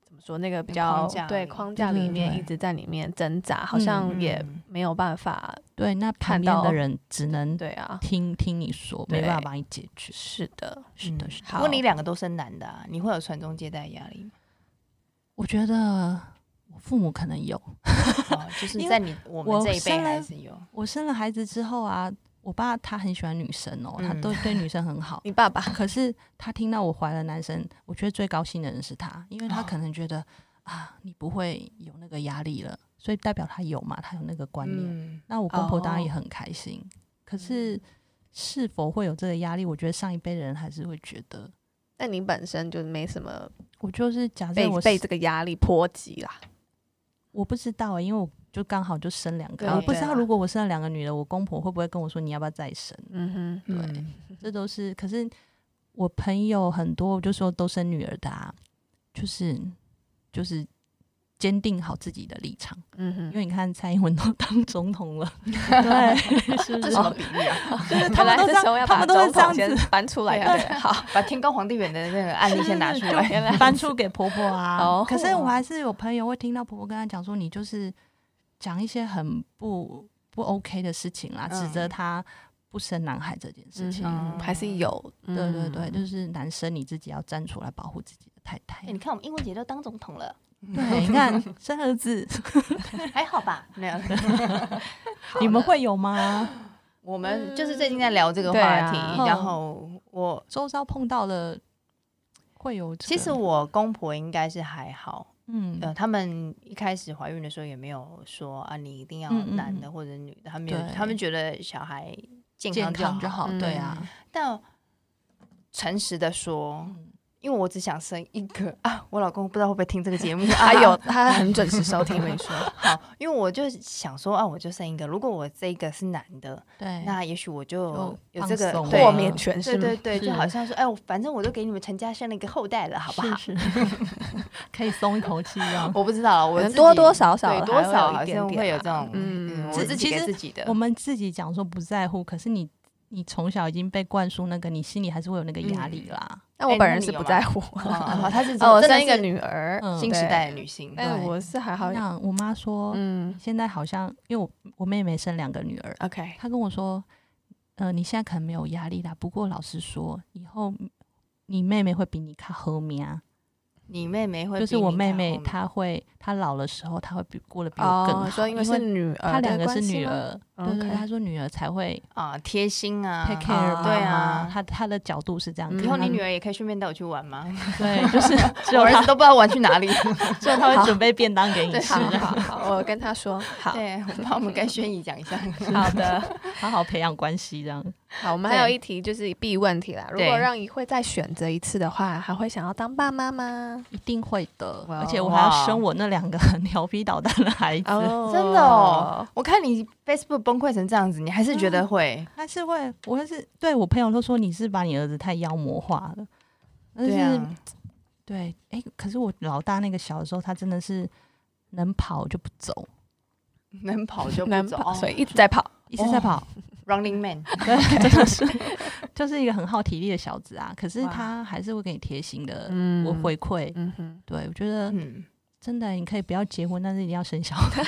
Speaker 2: 怎么说那个比较
Speaker 1: 框架
Speaker 2: 对
Speaker 1: 里
Speaker 2: 框架里
Speaker 3: 对
Speaker 2: 面
Speaker 3: 对
Speaker 2: 一直在里面挣扎，好像
Speaker 1: 嗯
Speaker 2: 也
Speaker 1: 嗯
Speaker 2: 没有办法。
Speaker 3: 对，那旁
Speaker 2: 看
Speaker 3: 边
Speaker 2: 到
Speaker 3: 的人只能
Speaker 2: 对啊，
Speaker 3: 听听你说，没
Speaker 2: 对
Speaker 3: 办法帮你解决。
Speaker 2: 是的，
Speaker 3: 是的，
Speaker 1: 嗯
Speaker 3: 是的。
Speaker 1: 不过你两个都生男的、啊，你会有传宗接代压力吗？
Speaker 3: 我觉得我父母可能有，
Speaker 1: 哦就是
Speaker 3: 因为
Speaker 1: 在你我们
Speaker 3: 我
Speaker 1: 这一辈
Speaker 3: 生来
Speaker 1: 还是有，
Speaker 3: 我生了孩子之后啊，我爸他很喜欢女生哦，他
Speaker 1: 嗯
Speaker 3: 都对女生很好。
Speaker 2: 你爸爸
Speaker 3: 可是他听到我怀了男生，我觉得最高兴的人是他，因为他
Speaker 1: 哦
Speaker 3: 可能觉得、啊，你不会有那个压力了，所以代表他有嘛，他有那个观念。
Speaker 1: 嗯，
Speaker 3: 那我公婆当然也
Speaker 2: 哦
Speaker 3: 很开心，可是是否会有这个压力？我觉得上一辈的人还是会觉得，
Speaker 2: 那你本身就没什么
Speaker 3: 我就是假
Speaker 2: 被
Speaker 3: 设我
Speaker 2: 被
Speaker 3: 是
Speaker 2: 这个压力波及啦。
Speaker 3: 我不知道、欸因为我就刚好就生两
Speaker 2: 对
Speaker 3: 个，我不知
Speaker 2: 对
Speaker 3: 道
Speaker 2: 啊
Speaker 3: 如果我生了两个女的，我公婆会不会跟我说你要不要再生？
Speaker 2: 嗯哼，
Speaker 3: 对
Speaker 1: 嗯
Speaker 3: 这都是，可是我朋友很多就说都生女儿的、啊，就是就是坚定好自己的立场，
Speaker 2: 嗯
Speaker 3: 因
Speaker 2: 哼，
Speaker 3: 为你看蔡英文都 当总 统了，对，是不
Speaker 1: 这
Speaker 3: 是
Speaker 1: 什？么比喻啊？
Speaker 3: 就是他
Speaker 2: 本来
Speaker 3: 们都
Speaker 2: 这
Speaker 3: 这
Speaker 2: 时候要
Speaker 3: 样，他
Speaker 2: 把
Speaker 3: 们都是
Speaker 2: 总
Speaker 3: 这
Speaker 2: 统
Speaker 3: 样
Speaker 2: 先
Speaker 3: 子，
Speaker 2: 搬出来，
Speaker 3: 对
Speaker 2: 对，啊好，
Speaker 1: 把天高皇帝远的那个案例先 拿出来，
Speaker 2: 原来
Speaker 3: 搬出给婆婆啊
Speaker 2: 哦。
Speaker 3: 可是我还是有朋友会听到婆婆跟她讲说，你就是讲一些很不不 OK 的事情啦，
Speaker 1: 嗯
Speaker 3: 指责她不生男孩这件事情。
Speaker 1: 嗯
Speaker 2: 还是有，对
Speaker 3: 对对对，
Speaker 1: 嗯
Speaker 3: 就是男生你自己要站出来保护自己的太 太
Speaker 1: 哎。你看我们英文姐都当总统了，
Speaker 3: 对，你看生儿子，
Speaker 1: 还好吧？没有，
Speaker 3: 你们会有吗？
Speaker 1: 我
Speaker 3: 嗯
Speaker 1: 们就是最近在聊这个话
Speaker 2: 对啊
Speaker 1: 题，然后我
Speaker 3: 周遭碰到了会有这个、
Speaker 1: 其实我公婆应该是还好，
Speaker 3: 嗯，
Speaker 1: 呃，他们一开始怀孕的时候也没有说啊，你一定要
Speaker 3: 嗯嗯
Speaker 1: 男的
Speaker 3: 嗯
Speaker 1: 或者女的，他们有
Speaker 3: 对
Speaker 1: 他们觉得小孩健
Speaker 3: 健
Speaker 1: 康
Speaker 3: 康就
Speaker 1: 好。
Speaker 3: 好，
Speaker 2: 嗯
Speaker 3: 对啊，
Speaker 1: 但诚实的说，
Speaker 3: 嗯
Speaker 1: 因为我只想生一个啊，我老公不知道会不会听这个节目啊，
Speaker 2: 还有他很准时 收听，没说，
Speaker 1: 好，因为我就想说啊，我就生一个，如果我这一个是男的，
Speaker 3: 对，
Speaker 1: 那也许我就
Speaker 3: 就
Speaker 1: 有这个
Speaker 3: 放松
Speaker 1: 对
Speaker 2: 豁
Speaker 3: 豁
Speaker 2: 免
Speaker 3: 免
Speaker 2: 权
Speaker 1: 对
Speaker 2: 是
Speaker 1: 对
Speaker 2: 吗？
Speaker 1: 对，
Speaker 3: 是
Speaker 1: 就好像说，哎，我反正我都给你们陈家生了一个后代了，好不好？
Speaker 3: 是是 可以松一口气啊。
Speaker 1: 我不知道，我
Speaker 2: 可能
Speaker 1: 自己
Speaker 2: 多多少少
Speaker 1: 对
Speaker 2: 还
Speaker 1: 多
Speaker 2: 会有
Speaker 1: 少
Speaker 2: 一
Speaker 1: 好
Speaker 2: 点
Speaker 1: 像
Speaker 2: 点
Speaker 1: 会有
Speaker 2: 啦
Speaker 1: 这种，
Speaker 2: 嗯
Speaker 1: 嗯，我
Speaker 3: 自
Speaker 1: 自己
Speaker 3: 其
Speaker 1: 给
Speaker 3: 实
Speaker 1: 自己的
Speaker 3: 我。们自己讲说不在乎，可是你你从小已经被灌输那个，你心里还是会有那个压力啦。
Speaker 2: 那
Speaker 1: 哎
Speaker 2: 我
Speaker 1: 那
Speaker 2: 本人
Speaker 1: 你
Speaker 2: 是
Speaker 1: 有
Speaker 2: 不
Speaker 1: 吗
Speaker 2: 在乎，
Speaker 1: 哦，她是
Speaker 2: 哦，我
Speaker 1: 真的
Speaker 2: 生一个
Speaker 1: 是
Speaker 2: 女儿，
Speaker 3: 嗯
Speaker 1: 新时
Speaker 2: 对
Speaker 1: 代的女性，
Speaker 2: 但
Speaker 3: 对
Speaker 2: 我是还好，
Speaker 3: 那我妈说，
Speaker 2: 嗯
Speaker 3: 现在好像因为我我妹妹生两个女儿，
Speaker 2: ，OK，
Speaker 3: 他跟我说，呃，你现在可能没有压力啦，不过老实说，以后你妹妹会比你卡后面啊，
Speaker 1: 你妹妹会
Speaker 3: 就是
Speaker 1: 比
Speaker 3: 我
Speaker 1: 你
Speaker 3: 妹
Speaker 1: 大
Speaker 3: 妹
Speaker 1: 后面
Speaker 3: 她会，她老的时候她会比过得比我
Speaker 1: 哦
Speaker 3: 更好，
Speaker 2: 说因为是女儿，
Speaker 3: 她两个是女，儿，对对
Speaker 2: OK
Speaker 3: 对，她说女儿才会
Speaker 1: 啊贴心啊
Speaker 3: take care，、
Speaker 2: 啊
Speaker 1: 对啊嗯
Speaker 3: 她她的角度是这样看，
Speaker 1: 以后
Speaker 3: 她
Speaker 1: 你女儿也可以顺便带我去玩 吗？
Speaker 3: 对，就是 只有
Speaker 1: 我儿子
Speaker 3: 她
Speaker 1: 都不知道玩去哪 里。
Speaker 3: 只有她会准备便 当 给你
Speaker 1: 对啊
Speaker 3: 吃
Speaker 2: 好，好好，我跟她说，好
Speaker 1: 对，我怕我们跟轩怡讲 一下。
Speaker 2: 好的，
Speaker 3: 好好培养关系 这样。
Speaker 2: 好，我们还有
Speaker 1: 对
Speaker 2: 一题就是必问题啦，如
Speaker 1: 对
Speaker 2: 果让你会再选择一次的话，还会想要当爸妈吗？
Speaker 3: 一定会的，
Speaker 2: 哇
Speaker 3: 而且我还要
Speaker 1: 哇
Speaker 3: 生我那两个 很调皮捣蛋的孩子，
Speaker 2: 哦
Speaker 1: 真的哦，我看你 Facebook 崩溃成这样子，你还是觉得会？
Speaker 3: 还是会，我还是对我朋友都说你是把你儿子太妖魔化了，但是
Speaker 1: 对啊，
Speaker 3: 对，哎、可是我老大那个小的时候，他真的是能跑就不走，
Speaker 1: 能跑就不
Speaker 2: 能
Speaker 1: 走。
Speaker 2: 跑，
Speaker 1: 哦
Speaker 2: 所以一直在跑，
Speaker 3: 一直在跑，
Speaker 2: 哦
Speaker 1: Running Man，
Speaker 3: 对，真的是就是一个很耗体力的小 子啊。可是
Speaker 1: 哇
Speaker 3: 他还是会给你贴心的，
Speaker 2: 嗯
Speaker 3: 我，回馈。
Speaker 2: 嗯哼，
Speaker 3: 对，我觉得
Speaker 1: 嗯，
Speaker 3: 真的，你可以不要结婚，但是一定要生 小孩。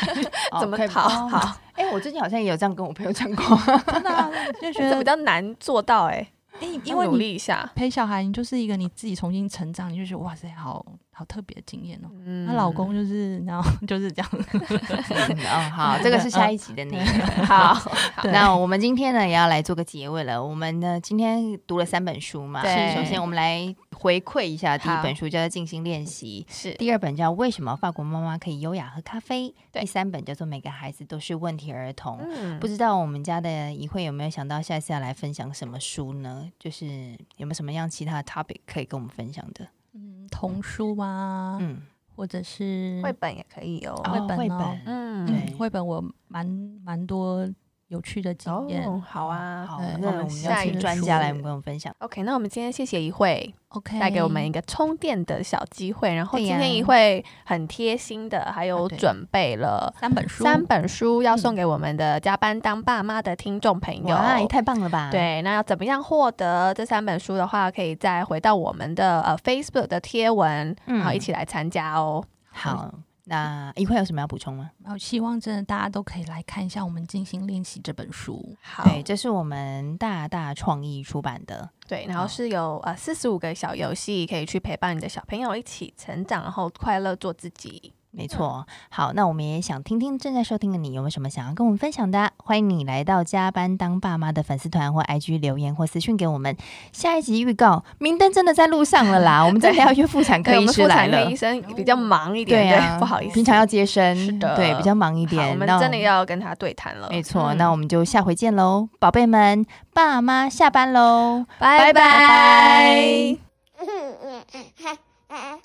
Speaker 1: 哦
Speaker 2: 怎么
Speaker 1: 可以
Speaker 2: 跑？
Speaker 1: 哦
Speaker 2: 好，
Speaker 1: 哎，我最近好像也有这样跟我朋友讲过。
Speaker 3: 真的啊、就 觉
Speaker 2: 这
Speaker 3: 得
Speaker 2: 比，较难做到哎，
Speaker 3: 因因
Speaker 2: 要
Speaker 3: 为
Speaker 2: 努
Speaker 3: 你
Speaker 2: 力一下。
Speaker 3: 陪小孩，你就是一个你自己重新成长，你就觉得哇塞，好好特别的经验哦。
Speaker 2: 嗯
Speaker 3: 她、老公就是，然后就是 这样，
Speaker 1: 嗯， 好，这个是下一集的 内容。
Speaker 2: 好，
Speaker 3: 对
Speaker 1: 那我们今天呢也要来做个结尾了。我们呢今天读了三本书嘛，
Speaker 2: 对
Speaker 1: 首先我们来回馈一下，第一本书叫做《静心练习》。
Speaker 2: 是
Speaker 1: 第二本叫《为什么法国妈妈可以优雅喝咖啡》，
Speaker 2: 对
Speaker 1: 第三本叫做《每个孩子都是问题儿童》。
Speaker 2: 嗯
Speaker 1: 不知道我们家的怡慧有没有想到下一次要来分享什么书呢？就是有没有什么样其他的 topic 可以跟我们分享的？
Speaker 3: 嗯，童书啊，
Speaker 1: 嗯，
Speaker 3: 或者是
Speaker 2: 绘本也可以哦。
Speaker 3: 绘本
Speaker 1: 绘
Speaker 3: 哦
Speaker 1: 本，
Speaker 2: 嗯
Speaker 1: 对
Speaker 3: 嗯绘本我蛮蛮多有趣的经验。
Speaker 2: 哦，好啊，
Speaker 1: 好，
Speaker 3: 对
Speaker 1: 那我
Speaker 3: 我
Speaker 1: 们
Speaker 3: 们
Speaker 1: 要
Speaker 2: 下一
Speaker 1: 请
Speaker 2: 个
Speaker 1: 专
Speaker 2: 书
Speaker 1: 家来跟我们分享。
Speaker 2: OK，那我们今天谢谢一慧
Speaker 3: OK，
Speaker 2: 带给我们一个充电的小机会，然后
Speaker 1: 对
Speaker 2: 今
Speaker 1: 呀
Speaker 2: 天一慧很贴心的，还有
Speaker 3: 啊对
Speaker 2: 准备了
Speaker 3: 三本书，
Speaker 2: 三本书
Speaker 1: 嗯
Speaker 2: 要送给我们的加班当爸妈的听众朋友。
Speaker 1: 哇，也太棒了吧！，
Speaker 2: 对，那要怎么样获得这三本书的话，可以再回到我们的呃 Facebook 的贴文，
Speaker 1: 嗯
Speaker 2: 然后一起来参加哦。
Speaker 1: 好，那一会有什么要补充吗？
Speaker 3: 然后希望真的大家都可以来看一下我们静心练习这本书。
Speaker 2: 好，
Speaker 1: 对，这是我们大大创意出版的，
Speaker 2: 对，然后是有呃四十五个小游戏，可以去陪伴你的小朋友一起成长，然后快乐做自己。
Speaker 1: 没错。好，那我们也想听听正在收听的你有没有什么想要跟我们分享的啊、欢迎你来到加班当爸妈的粉丝团或 IG 留言或私讯给我们。下一集预告，明灯真的在路上了 啦！我们真的要约妇产科
Speaker 2: 对，我
Speaker 1: 医
Speaker 2: 们
Speaker 1: 师
Speaker 2: 妇
Speaker 1: 来
Speaker 2: 产科
Speaker 1: 了哦
Speaker 2: 医，生比较忙一点，
Speaker 1: 对啊，
Speaker 2: 不好意思，
Speaker 1: 平常要接生，
Speaker 2: 是的
Speaker 1: 对，比较忙一
Speaker 2: 好
Speaker 1: 点。
Speaker 2: 我们
Speaker 1: 那
Speaker 2: 真的要跟他对谈了。
Speaker 1: 没错，
Speaker 2: 嗯
Speaker 1: 那我们就下回见喽，宝贝们，爸妈下班喽。
Speaker 2: 嗯
Speaker 1: 拜
Speaker 2: 拜拜。
Speaker 4: 嗯嗯嗯，哈啊。